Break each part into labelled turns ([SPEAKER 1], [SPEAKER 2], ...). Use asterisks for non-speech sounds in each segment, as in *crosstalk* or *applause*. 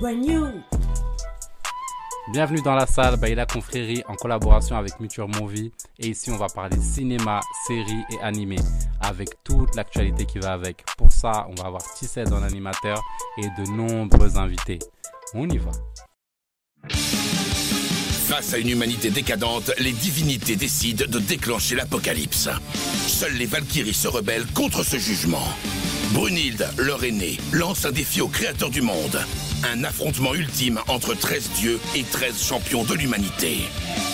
[SPEAKER 1] brand new.
[SPEAKER 2] Bienvenue dans la salle Baila Confrérie en collaboration avec Muture Movie. Et ici, on va parler cinéma, séries et animé avec toute l'actualité qui va avec. Pour ça, on va avoir Tissette en animateur et de nombreux invités. On y va.
[SPEAKER 3] Face à une humanité décadente, les divinités décident de déclencher l'apocalypse. Seules les Valkyries se rebellent contre ce jugement. Brunhilde, leur aînée, lance un défi au créateur du monde. Un affrontement ultime entre 13 dieux et 13 champions de l'humanité.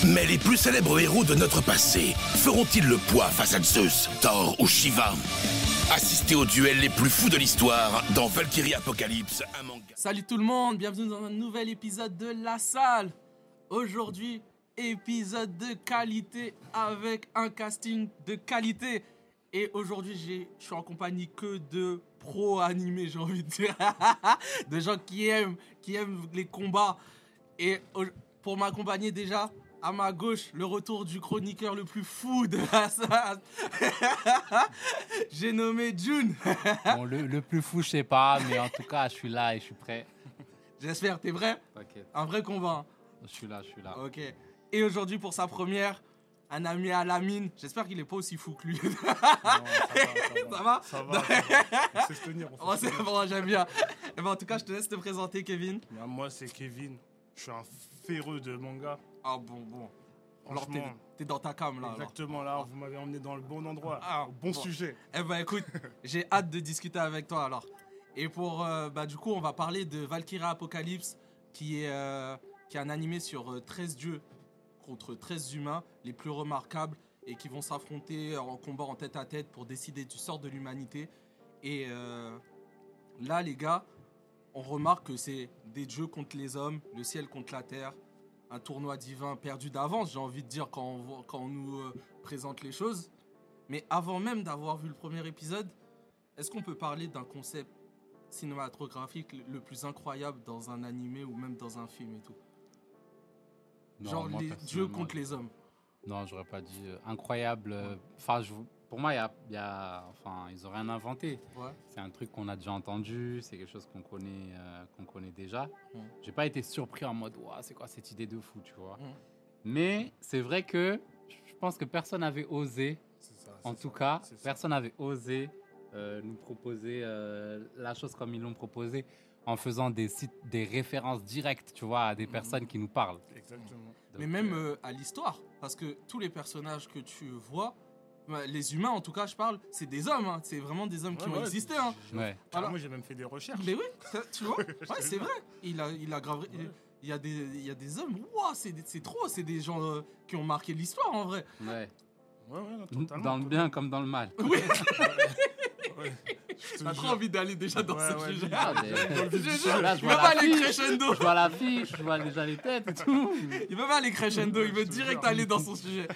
[SPEAKER 3] Mais les plus célèbres héros de notre passé feront-ils le poids face à Zeus, Thor ou Shiva Assistez aux duels les plus fous de l'histoire dans Valkyrie Apocalypse, un manga.
[SPEAKER 4] Salut tout le monde, bienvenue dans un nouvel épisode de La Salle. Aujourd'hui, épisode de qualité avec un casting de qualité. Et aujourd'hui, j'ai- je suis en compagnie que de pros animés, j'ai envie de dire. *laughs* de gens qui aiment, qui aiment les combats. Et au- pour m'accompagner déjà, à ma gauche, le retour du chroniqueur le plus fou de la salle. *laughs* j'ai nommé June.
[SPEAKER 2] Bon, le, le plus fou, je sais pas, mais en tout cas, je suis là et je suis prêt.
[SPEAKER 4] J'espère, t'es vrai
[SPEAKER 2] T'inquiète,
[SPEAKER 4] Un vrai combat. hein.
[SPEAKER 2] je suis là, je suis là.
[SPEAKER 4] Ok. Et aujourd'hui, pour sa première, un ami à la mine. J'espère qu'il est pas aussi fou que lui. *laughs* ça va
[SPEAKER 5] Ça va, ça va. On sait se tenir. on sait
[SPEAKER 4] Oh,
[SPEAKER 5] se
[SPEAKER 4] c'est
[SPEAKER 5] tenir.
[SPEAKER 4] bon, j'aime bien. Eh ben, en tout cas, je te laisse te présenter, Kevin.
[SPEAKER 5] Bah, Moi, c'est Kevin. Je suis un féreux de manga.
[SPEAKER 4] Ah bon, bon. Alors, t'es,
[SPEAKER 5] Franchement,
[SPEAKER 4] t'es dans ta cam là. alors.
[SPEAKER 5] exactement là, vous m'avez emmené dans le bon endroit.
[SPEAKER 4] Ah,
[SPEAKER 5] au bon
[SPEAKER 4] bon.
[SPEAKER 5] sujet.
[SPEAKER 4] Eh ben, écoute, j'ai hâte de discuter avec toi alors. Et pour. euh, bah, du coup, on va parler de Valkyria Apocalypse, qui est, euh, qui est un animé sur euh, 13 dieux contre 13 humains, les plus remarquables, et qui vont s'affronter en combat en tête à tête pour décider du sort de l'humanité. Et euh, là, les gars, on remarque que c'est des dieux contre les hommes, le ciel contre la terre, un tournoi divin perdu d'avance, j'ai envie de dire, quand on, voit- quand on nous euh, présente les choses. Mais avant même d'avoir vu le premier épisode, est-ce qu'on peut parler d'un concept cinématographique le- le plus incroyable dans un animé ou même dans un film et tout
[SPEAKER 2] Non,
[SPEAKER 4] Genre
[SPEAKER 2] moi,
[SPEAKER 4] les dieux
[SPEAKER 2] personnellement,
[SPEAKER 4] contre les hommes.
[SPEAKER 2] Non, j'aurais pas dit euh, incroyable. euh, Enfin, je vous- pour moi, il y a, il y a- enfin, ils ont rien inventé.
[SPEAKER 4] Ouais.
[SPEAKER 2] C'est un truc qu'on a déjà entendu, c'est quelque chose qu'on connaît, euh, qu'on connaît déjà.
[SPEAKER 4] Mm.
[SPEAKER 2] J'ai pas été surpris en mode, Ouah, c'est quoi cette idée de fou, tu vois.
[SPEAKER 4] Mm.
[SPEAKER 2] Mais c'est vrai que je pense que personne n'avait osé,
[SPEAKER 5] C'est ça,
[SPEAKER 2] en
[SPEAKER 5] c'est
[SPEAKER 2] tout
[SPEAKER 5] ça,
[SPEAKER 2] cas,
[SPEAKER 5] c'est ça.
[SPEAKER 2] personne n'avait osé euh, nous proposer euh, la chose comme ils l'ont proposé en faisant des, sites, des références directes, tu vois, à des personnes qui nous parlent.
[SPEAKER 5] Exactement.
[SPEAKER 4] Mais
[SPEAKER 2] Donc,
[SPEAKER 4] même
[SPEAKER 2] euh,
[SPEAKER 4] euh, à l'histoire, parce que tous les personnages que tu vois, bah, les humains en tout cas, je parle, c'est des hommes, hein, c'est vraiment des hommes qui
[SPEAKER 5] Ouais,
[SPEAKER 4] ont
[SPEAKER 5] ouais,
[SPEAKER 4] existé.
[SPEAKER 5] j'ai-
[SPEAKER 4] hein.
[SPEAKER 5] j'ai-
[SPEAKER 2] ouais.
[SPEAKER 5] carrément,
[SPEAKER 4] Voilà.
[SPEAKER 5] j'ai même fait des recherches.
[SPEAKER 4] Mais oui, ça, tu
[SPEAKER 5] *laughs*
[SPEAKER 4] vois, ouais, c'est vrai. Il a, il a grave.
[SPEAKER 5] Ouais.
[SPEAKER 4] Il y a des, il y a des hommes, Ouah, c'est des- c'est trop, c'est des gens euh, qui ont marqué l'histoire en vrai.
[SPEAKER 2] ouais.
[SPEAKER 5] Ouais, ouais, non, totalement.
[SPEAKER 2] Dans le bien comme dans le mal.
[SPEAKER 4] Oui,
[SPEAKER 5] Ouais. Je
[SPEAKER 4] j'ai
[SPEAKER 5] te jure.
[SPEAKER 4] trop envie d'aller déjà dans
[SPEAKER 5] Ouais,
[SPEAKER 4] ce
[SPEAKER 5] ouais,
[SPEAKER 4] sujet.
[SPEAKER 2] Ah, mais-
[SPEAKER 4] Je jure,
[SPEAKER 2] Là, je
[SPEAKER 4] il
[SPEAKER 2] vois
[SPEAKER 4] veut pas
[SPEAKER 2] la
[SPEAKER 4] aller
[SPEAKER 2] fiche. *laughs*
[SPEAKER 4] crescendo.
[SPEAKER 2] Je vois l'affiche, je vois déjà les têtes et tout.
[SPEAKER 4] Il veut pas aller crescendo, il veut
[SPEAKER 5] Je te
[SPEAKER 4] direct
[SPEAKER 5] jure.
[SPEAKER 4] aller dans son sujet.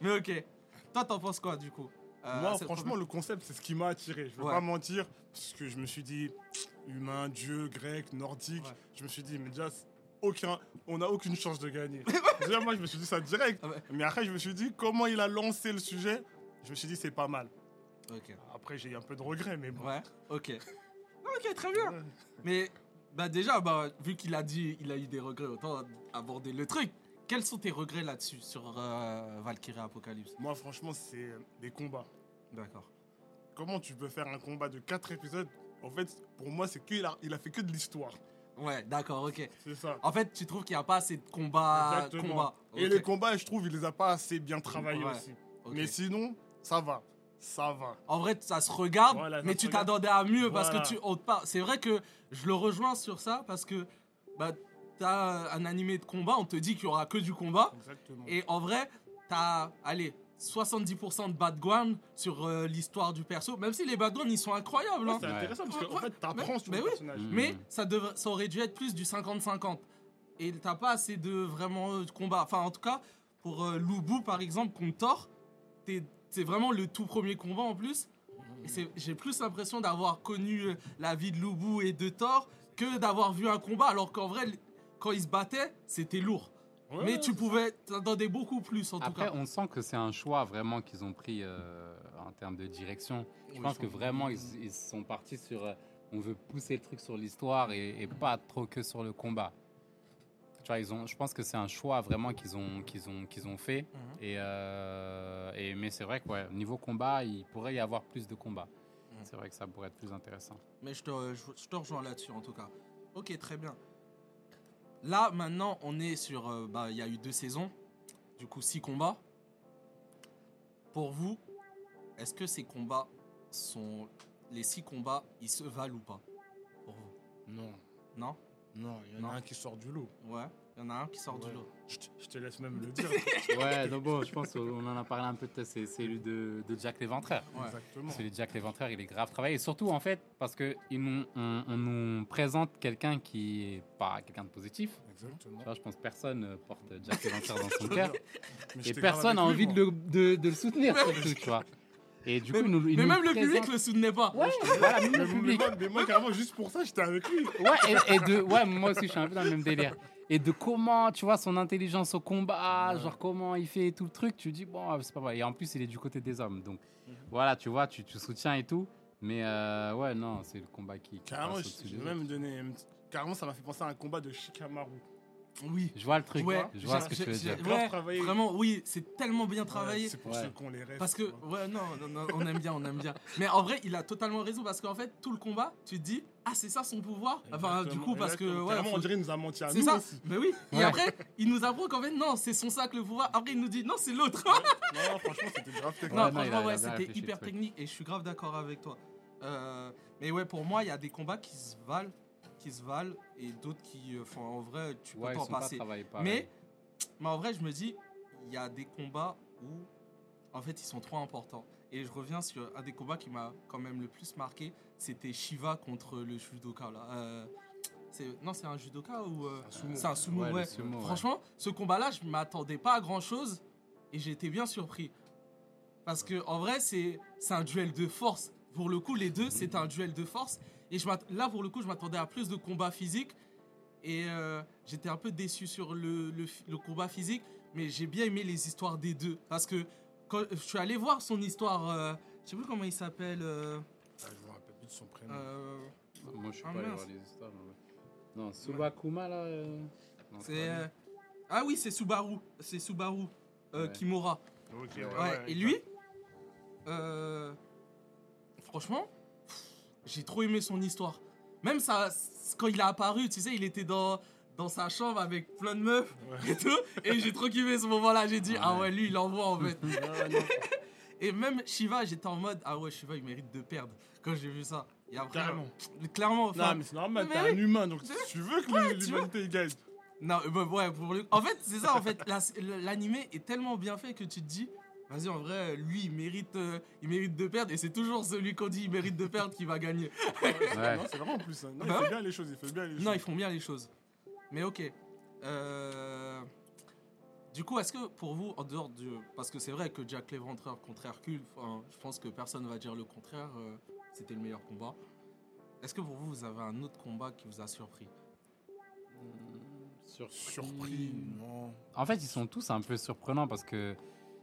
[SPEAKER 4] Mais ok. Toi, t'en penses quoi du coup Euh,
[SPEAKER 5] Moi,
[SPEAKER 4] cette
[SPEAKER 5] franchement, le concept, c'est ce qui m'a attiré. Je vais
[SPEAKER 4] Ouais.
[SPEAKER 5] pas mentir, parce que je me suis dit, humain, dieu, grec, nordique.
[SPEAKER 4] Ouais.
[SPEAKER 5] Je me suis dit, mais déjà, c'est- aucun, on n'a aucune chance
[SPEAKER 4] *laughs*
[SPEAKER 5] de gagner. déjà, moi, je me suis dit ça direct.
[SPEAKER 4] Ah ouais.
[SPEAKER 5] Mais après, je me suis dit, comment il a lancé le sujet Je me suis dit, c'est pas mal.
[SPEAKER 4] Ok.
[SPEAKER 5] Après, j'ai eu un peu de regret, mais bon.
[SPEAKER 4] Ouais, ok.
[SPEAKER 5] *laughs*
[SPEAKER 4] Ok, très bien. Mais bah déjà, bah, vu qu'il a dit il a eu des regrets, autant aborder le truc. Quels sont tes regrets là-dessus sur euh, Valkyrie Apocalypse
[SPEAKER 5] Moi, franchement, c'est euh, des combats.
[SPEAKER 4] D'accord.
[SPEAKER 5] Comment tu peux faire un combat de 4 épisodes En fait, pour moi, c'est qu'il a, il a fait que de l'histoire.
[SPEAKER 4] Ouais, d'accord, ok.
[SPEAKER 5] C'est ça.
[SPEAKER 4] En fait, tu trouves qu'il n'y a pas assez de combats
[SPEAKER 5] Exactement.
[SPEAKER 4] combats.
[SPEAKER 5] Et
[SPEAKER 4] Ok,
[SPEAKER 5] les combats, je trouve, il les a pas assez bien travaillés
[SPEAKER 4] Ouais.
[SPEAKER 5] aussi.
[SPEAKER 4] ok.
[SPEAKER 5] Mais sinon, ça va. Ça va.
[SPEAKER 4] En vrai, ça se regarde,
[SPEAKER 5] Voilà, ça
[SPEAKER 4] mais
[SPEAKER 5] se
[SPEAKER 4] tu
[SPEAKER 5] regarde.
[SPEAKER 4] t'attendais à mieux parce
[SPEAKER 5] Voilà.
[SPEAKER 4] que tu on te parle- C'est vrai que je le rejoins sur ça parce que bah, t'as un animé de combat, on te dit qu'il y aura que du combat.
[SPEAKER 5] Exactement.
[SPEAKER 4] Et en vrai, t'as, allez, 70% de background sur euh, l'histoire du perso, même si les backgrounds, ils sont incroyables.
[SPEAKER 5] Ouais,
[SPEAKER 4] hein.
[SPEAKER 5] c'est intéressant parce qu'en
[SPEAKER 4] Ouais.
[SPEAKER 5] fait, t'apprends sur
[SPEAKER 4] Mais
[SPEAKER 5] le
[SPEAKER 4] oui.
[SPEAKER 5] personnage.
[SPEAKER 2] Mm.
[SPEAKER 4] Mais ça, devra- ça aurait dû être plus du 50-50. Et t'as pas assez de vraiment euh, de combat. Enfin, en tout cas, pour euh, Lubu, par exemple, contre Thor, t'es- c'est vraiment le tout premier combat en plus. Et c'est- j'ai plus l'impression d'avoir connu euh, la vie de Lubu et de Thor que d'avoir vu un combat, alors qu'en vrai, quand ils se battaient, c'était lourd.
[SPEAKER 5] Ouais,
[SPEAKER 4] Mais
[SPEAKER 5] ouais,
[SPEAKER 4] tu pouvais t'attendais beaucoup plus en tout
[SPEAKER 2] Après,
[SPEAKER 4] cas.
[SPEAKER 2] on sent que c'est un choix vraiment qu'ils ont pris euh, en termes de direction. Je pense que vraiment, ils, ils sont partis sur euh, on veut pousser le truc sur l'histoire et, et pas trop que sur le combat. Tu vois, ils ont, je pense que c'est un choix vraiment qu'ils ont, qu'ils ont, qu'ils ont fait.
[SPEAKER 4] Mhm.
[SPEAKER 2] Et, euh, et- mais c'est vrai que ouais, niveau combat, il pourrait y avoir plus de combats.
[SPEAKER 4] Mhm.
[SPEAKER 2] C'est vrai que ça pourrait être plus
[SPEAKER 4] *laughs*
[SPEAKER 2] intéressant.
[SPEAKER 4] Mais je te, je- je te rejoins là-dessus en tout cas. Ok, très bien. Là, maintenant, on est sur. euh, bah, Il y a eu deux saisons. Du coup, six combats. Pour vous, est-ce que ces combats sont. Les six combats, ils se valent ou pas Pour vous
[SPEAKER 5] Non,
[SPEAKER 4] Non
[SPEAKER 2] Mm.
[SPEAKER 5] non, il y en
[SPEAKER 4] Non.
[SPEAKER 5] a un qui sort du lot.
[SPEAKER 4] Ouais. Il y en a un qui sort
[SPEAKER 5] Ouais.
[SPEAKER 4] du lot.
[SPEAKER 5] Je te- je te laisse même
[SPEAKER 4] *laughs*
[SPEAKER 5] le dire.
[SPEAKER 2] Ouais, donc bon, je pense qu'on en a parlé un peu, peut-être, c'est celui de, de Jack l'Éventreur.
[SPEAKER 4] Ouais.
[SPEAKER 5] Exactement.
[SPEAKER 2] Celui de Jack l'Éventreur, il est grave travaillé. Et surtout, en fait, parce qu'on nous, on, on nous présente quelqu'un qui est pas quelqu'un de positif.
[SPEAKER 5] Exactement.
[SPEAKER 2] Tu vois, je pense que personne euh, porte Jack l'Éventreur dans
[SPEAKER 4] *laughs*
[SPEAKER 2] son cœur.
[SPEAKER 5] Mais
[SPEAKER 2] Et
[SPEAKER 5] j'étais grave
[SPEAKER 2] personne n'a
[SPEAKER 5] avec lui,
[SPEAKER 2] envie
[SPEAKER 5] moi.
[SPEAKER 2] de le, de, de le soutenir, surtout, tu vois. Et du coup, il nous, il
[SPEAKER 4] Mais
[SPEAKER 2] nous
[SPEAKER 4] même le public
[SPEAKER 2] présente-
[SPEAKER 4] le soutenait pas.
[SPEAKER 2] Ouais, voilà, même
[SPEAKER 5] Mais,
[SPEAKER 2] le Ah,
[SPEAKER 5] mais
[SPEAKER 2] public.
[SPEAKER 5] moi, mais moi, carrément, juste pour ça, j'étais avec lui.
[SPEAKER 2] Ouais, et, et de, ouais, moi aussi, je suis un peu dans le même délire. Et de comment, tu vois, son intelligence au combat,
[SPEAKER 5] Ouais.
[SPEAKER 2] genre comment il fait tout le truc, tu dis, bon, ah, c'est pas mal. Et en plus, il est du côté des hommes. Donc, voilà, tu vois, tu, tu soutiens et tout. Mais euh, ouais, non, c'est le combat qui. qui
[SPEAKER 5] Carrément,
[SPEAKER 2] passe
[SPEAKER 5] je-
[SPEAKER 2] au-dessus
[SPEAKER 5] j'ai
[SPEAKER 2] des
[SPEAKER 5] même
[SPEAKER 2] autres.
[SPEAKER 5] donné. une petite- Carrément, ça m'a fait penser à un combat de Shikamaru.
[SPEAKER 4] Oui.
[SPEAKER 2] Je vois le truc,
[SPEAKER 4] Ouais,
[SPEAKER 2] je vois
[SPEAKER 4] j'ai-
[SPEAKER 2] ce que tu
[SPEAKER 4] j'ai-
[SPEAKER 2] veux
[SPEAKER 4] j'ai-
[SPEAKER 2] dire.
[SPEAKER 5] Grave
[SPEAKER 4] ouais,
[SPEAKER 5] travaillé.
[SPEAKER 4] Vraiment, oui, c'est tellement bien travaillé.
[SPEAKER 5] Ouais, C'est pour
[SPEAKER 2] Ouais.
[SPEAKER 5] ceux qu'on les rêve.
[SPEAKER 4] Parce que,
[SPEAKER 5] tu vois.
[SPEAKER 4] ouais, non, non, non, on aime bien, on aime bien. Mais en vrai, il a totalement raison parce qu'en fait, tout le combat, tu te dis, ah, c'est ça son pouvoir. Enfin, du
[SPEAKER 5] Exactement.
[SPEAKER 4] coup, parce que,
[SPEAKER 5] Exactement.
[SPEAKER 4] ouais,
[SPEAKER 5] Carrément,
[SPEAKER 4] faut-
[SPEAKER 5] on dirait qu'il nous a menti à
[SPEAKER 4] c'est
[SPEAKER 5] nous
[SPEAKER 4] ça.
[SPEAKER 5] aussi.
[SPEAKER 4] Mais oui. Et
[SPEAKER 2] Ouais.
[SPEAKER 4] après, il nous apprend qu'en fait, non, c'est son sac le pouvoir. Après, il nous dit, non, c'est l'autre.
[SPEAKER 5] Non, non, franchement, c'était grave
[SPEAKER 4] non,
[SPEAKER 5] technique.
[SPEAKER 2] non, il a-
[SPEAKER 4] franchement,
[SPEAKER 2] il a
[SPEAKER 4] ouais,
[SPEAKER 2] bien
[SPEAKER 4] c'était
[SPEAKER 2] réfléchi,
[SPEAKER 4] hyper
[SPEAKER 2] le truc.
[SPEAKER 4] technique et je suis grave d'accord avec toi. Euh, mais ouais, pour moi, il y a des combats qui se valent, qui se valent et d'autres qui, euh, font en vrai, tu peux
[SPEAKER 2] Ouais, ils
[SPEAKER 4] t'en
[SPEAKER 2] sont pas
[SPEAKER 4] passer.
[SPEAKER 2] travaillés
[SPEAKER 4] Mais,
[SPEAKER 2] pareil.
[SPEAKER 4] mais en vrai, je me dis, il y a des combats où, en fait, ils sont trop importants. Et je reviens sur un des combats qui m'a quand même le plus marqué, c'était Shiva contre le judoka là. Euh, c'est- non, c'est un judoka ou euh,
[SPEAKER 5] Un sumo.
[SPEAKER 4] c'est un sumo,
[SPEAKER 2] Ouais,
[SPEAKER 4] ouais.
[SPEAKER 2] le sumo, ouais.
[SPEAKER 4] Franchement, ce combat-là, je m'attendais pas à grand-chose et j'ai été bien surpris. Parce que en vrai, c'est c'est un duel de force. Pour le coup, les deux, c'est un duel de force. Et je m'att- là, pour le coup, je m'attendais à plus de combats physiques. Et euh, j'étais un peu déçu sur le, le fi- le combat physique. Mais j'ai bien aimé les histoires des deux. Parce que quand je suis allé voir son histoire, euh, je sais plus comment il s'appelle. euh,
[SPEAKER 5] Ah, je me rappelle plus de son prénom.
[SPEAKER 4] euh,
[SPEAKER 2] Moi, je suis
[SPEAKER 4] Ah,
[SPEAKER 2] pas allé
[SPEAKER 4] mince.
[SPEAKER 2] voir les histoires. mais ouais. Non, Subakuma, là. euh, non,
[SPEAKER 4] c'est,
[SPEAKER 2] pas lui.
[SPEAKER 4] euh, ah oui, c'est Subaru. C'est Subaru euh,
[SPEAKER 2] Ouais.
[SPEAKER 4] Kimura.
[SPEAKER 5] Ok,
[SPEAKER 2] ouais,
[SPEAKER 4] Ouais, et lui, euh, franchement, pff, j'ai trop aimé son histoire. Même ça, c- quand il a apparu, tu sais, il était dans, dans sa chambre avec plein de meufs
[SPEAKER 5] Ouais.
[SPEAKER 4] et tout. Et j'ai trop kiffé ce moment-là. J'ai dit,
[SPEAKER 2] Ouais.
[SPEAKER 4] ah ouais, lui, il envoie en fait.
[SPEAKER 5] Ouais, non,
[SPEAKER 4] Et même Shiva, j'étais en mode, ah ouais, Shiva, il mérite de perdre quand j'ai vu ça. Et après,
[SPEAKER 5] Carrément.
[SPEAKER 4] euh, clairement, enfin,
[SPEAKER 5] Non, mais c'est normal,
[SPEAKER 4] mais
[SPEAKER 5] t'es un
[SPEAKER 4] oui.
[SPEAKER 5] humain, donc
[SPEAKER 4] Tu vois
[SPEAKER 5] tu veux que
[SPEAKER 4] Ouais,
[SPEAKER 5] l'hu-
[SPEAKER 4] tu vois.
[SPEAKER 5] l'humanité il *laughs* gagne.
[SPEAKER 4] Non, euh, bah, ouais, pour le- En fait, c'est ça, en fait. la- L'animé est tellement bien fait que tu te dis, vas-y, en vrai, lui, il mérite, euh, il mérite de perdre. Et c'est toujours celui qu'on dit, il mérite de perdre, qui va gagner.
[SPEAKER 2] Ouais.
[SPEAKER 5] Non, c'est vraiment en plus. hein.
[SPEAKER 4] Bah
[SPEAKER 5] Non, il
[SPEAKER 4] ouais.
[SPEAKER 5] fait bien les choses, il fait bien les
[SPEAKER 4] Non, ils
[SPEAKER 5] choses.
[SPEAKER 4] font bien les choses. Mais ok. Euh, Du coup, est-ce que pour vous, en dehors du. Parce que c'est vrai que Jack l'Éventreur contre Hercule, enfin, je pense que personne va dire le contraire, euh, c'était le meilleur combat. Est-ce que pour vous, vous avez un autre combat qui vous a surpris
[SPEAKER 2] Surpris.
[SPEAKER 5] Surpris, non.
[SPEAKER 2] En fait, ils sont tous un peu surprenants parce que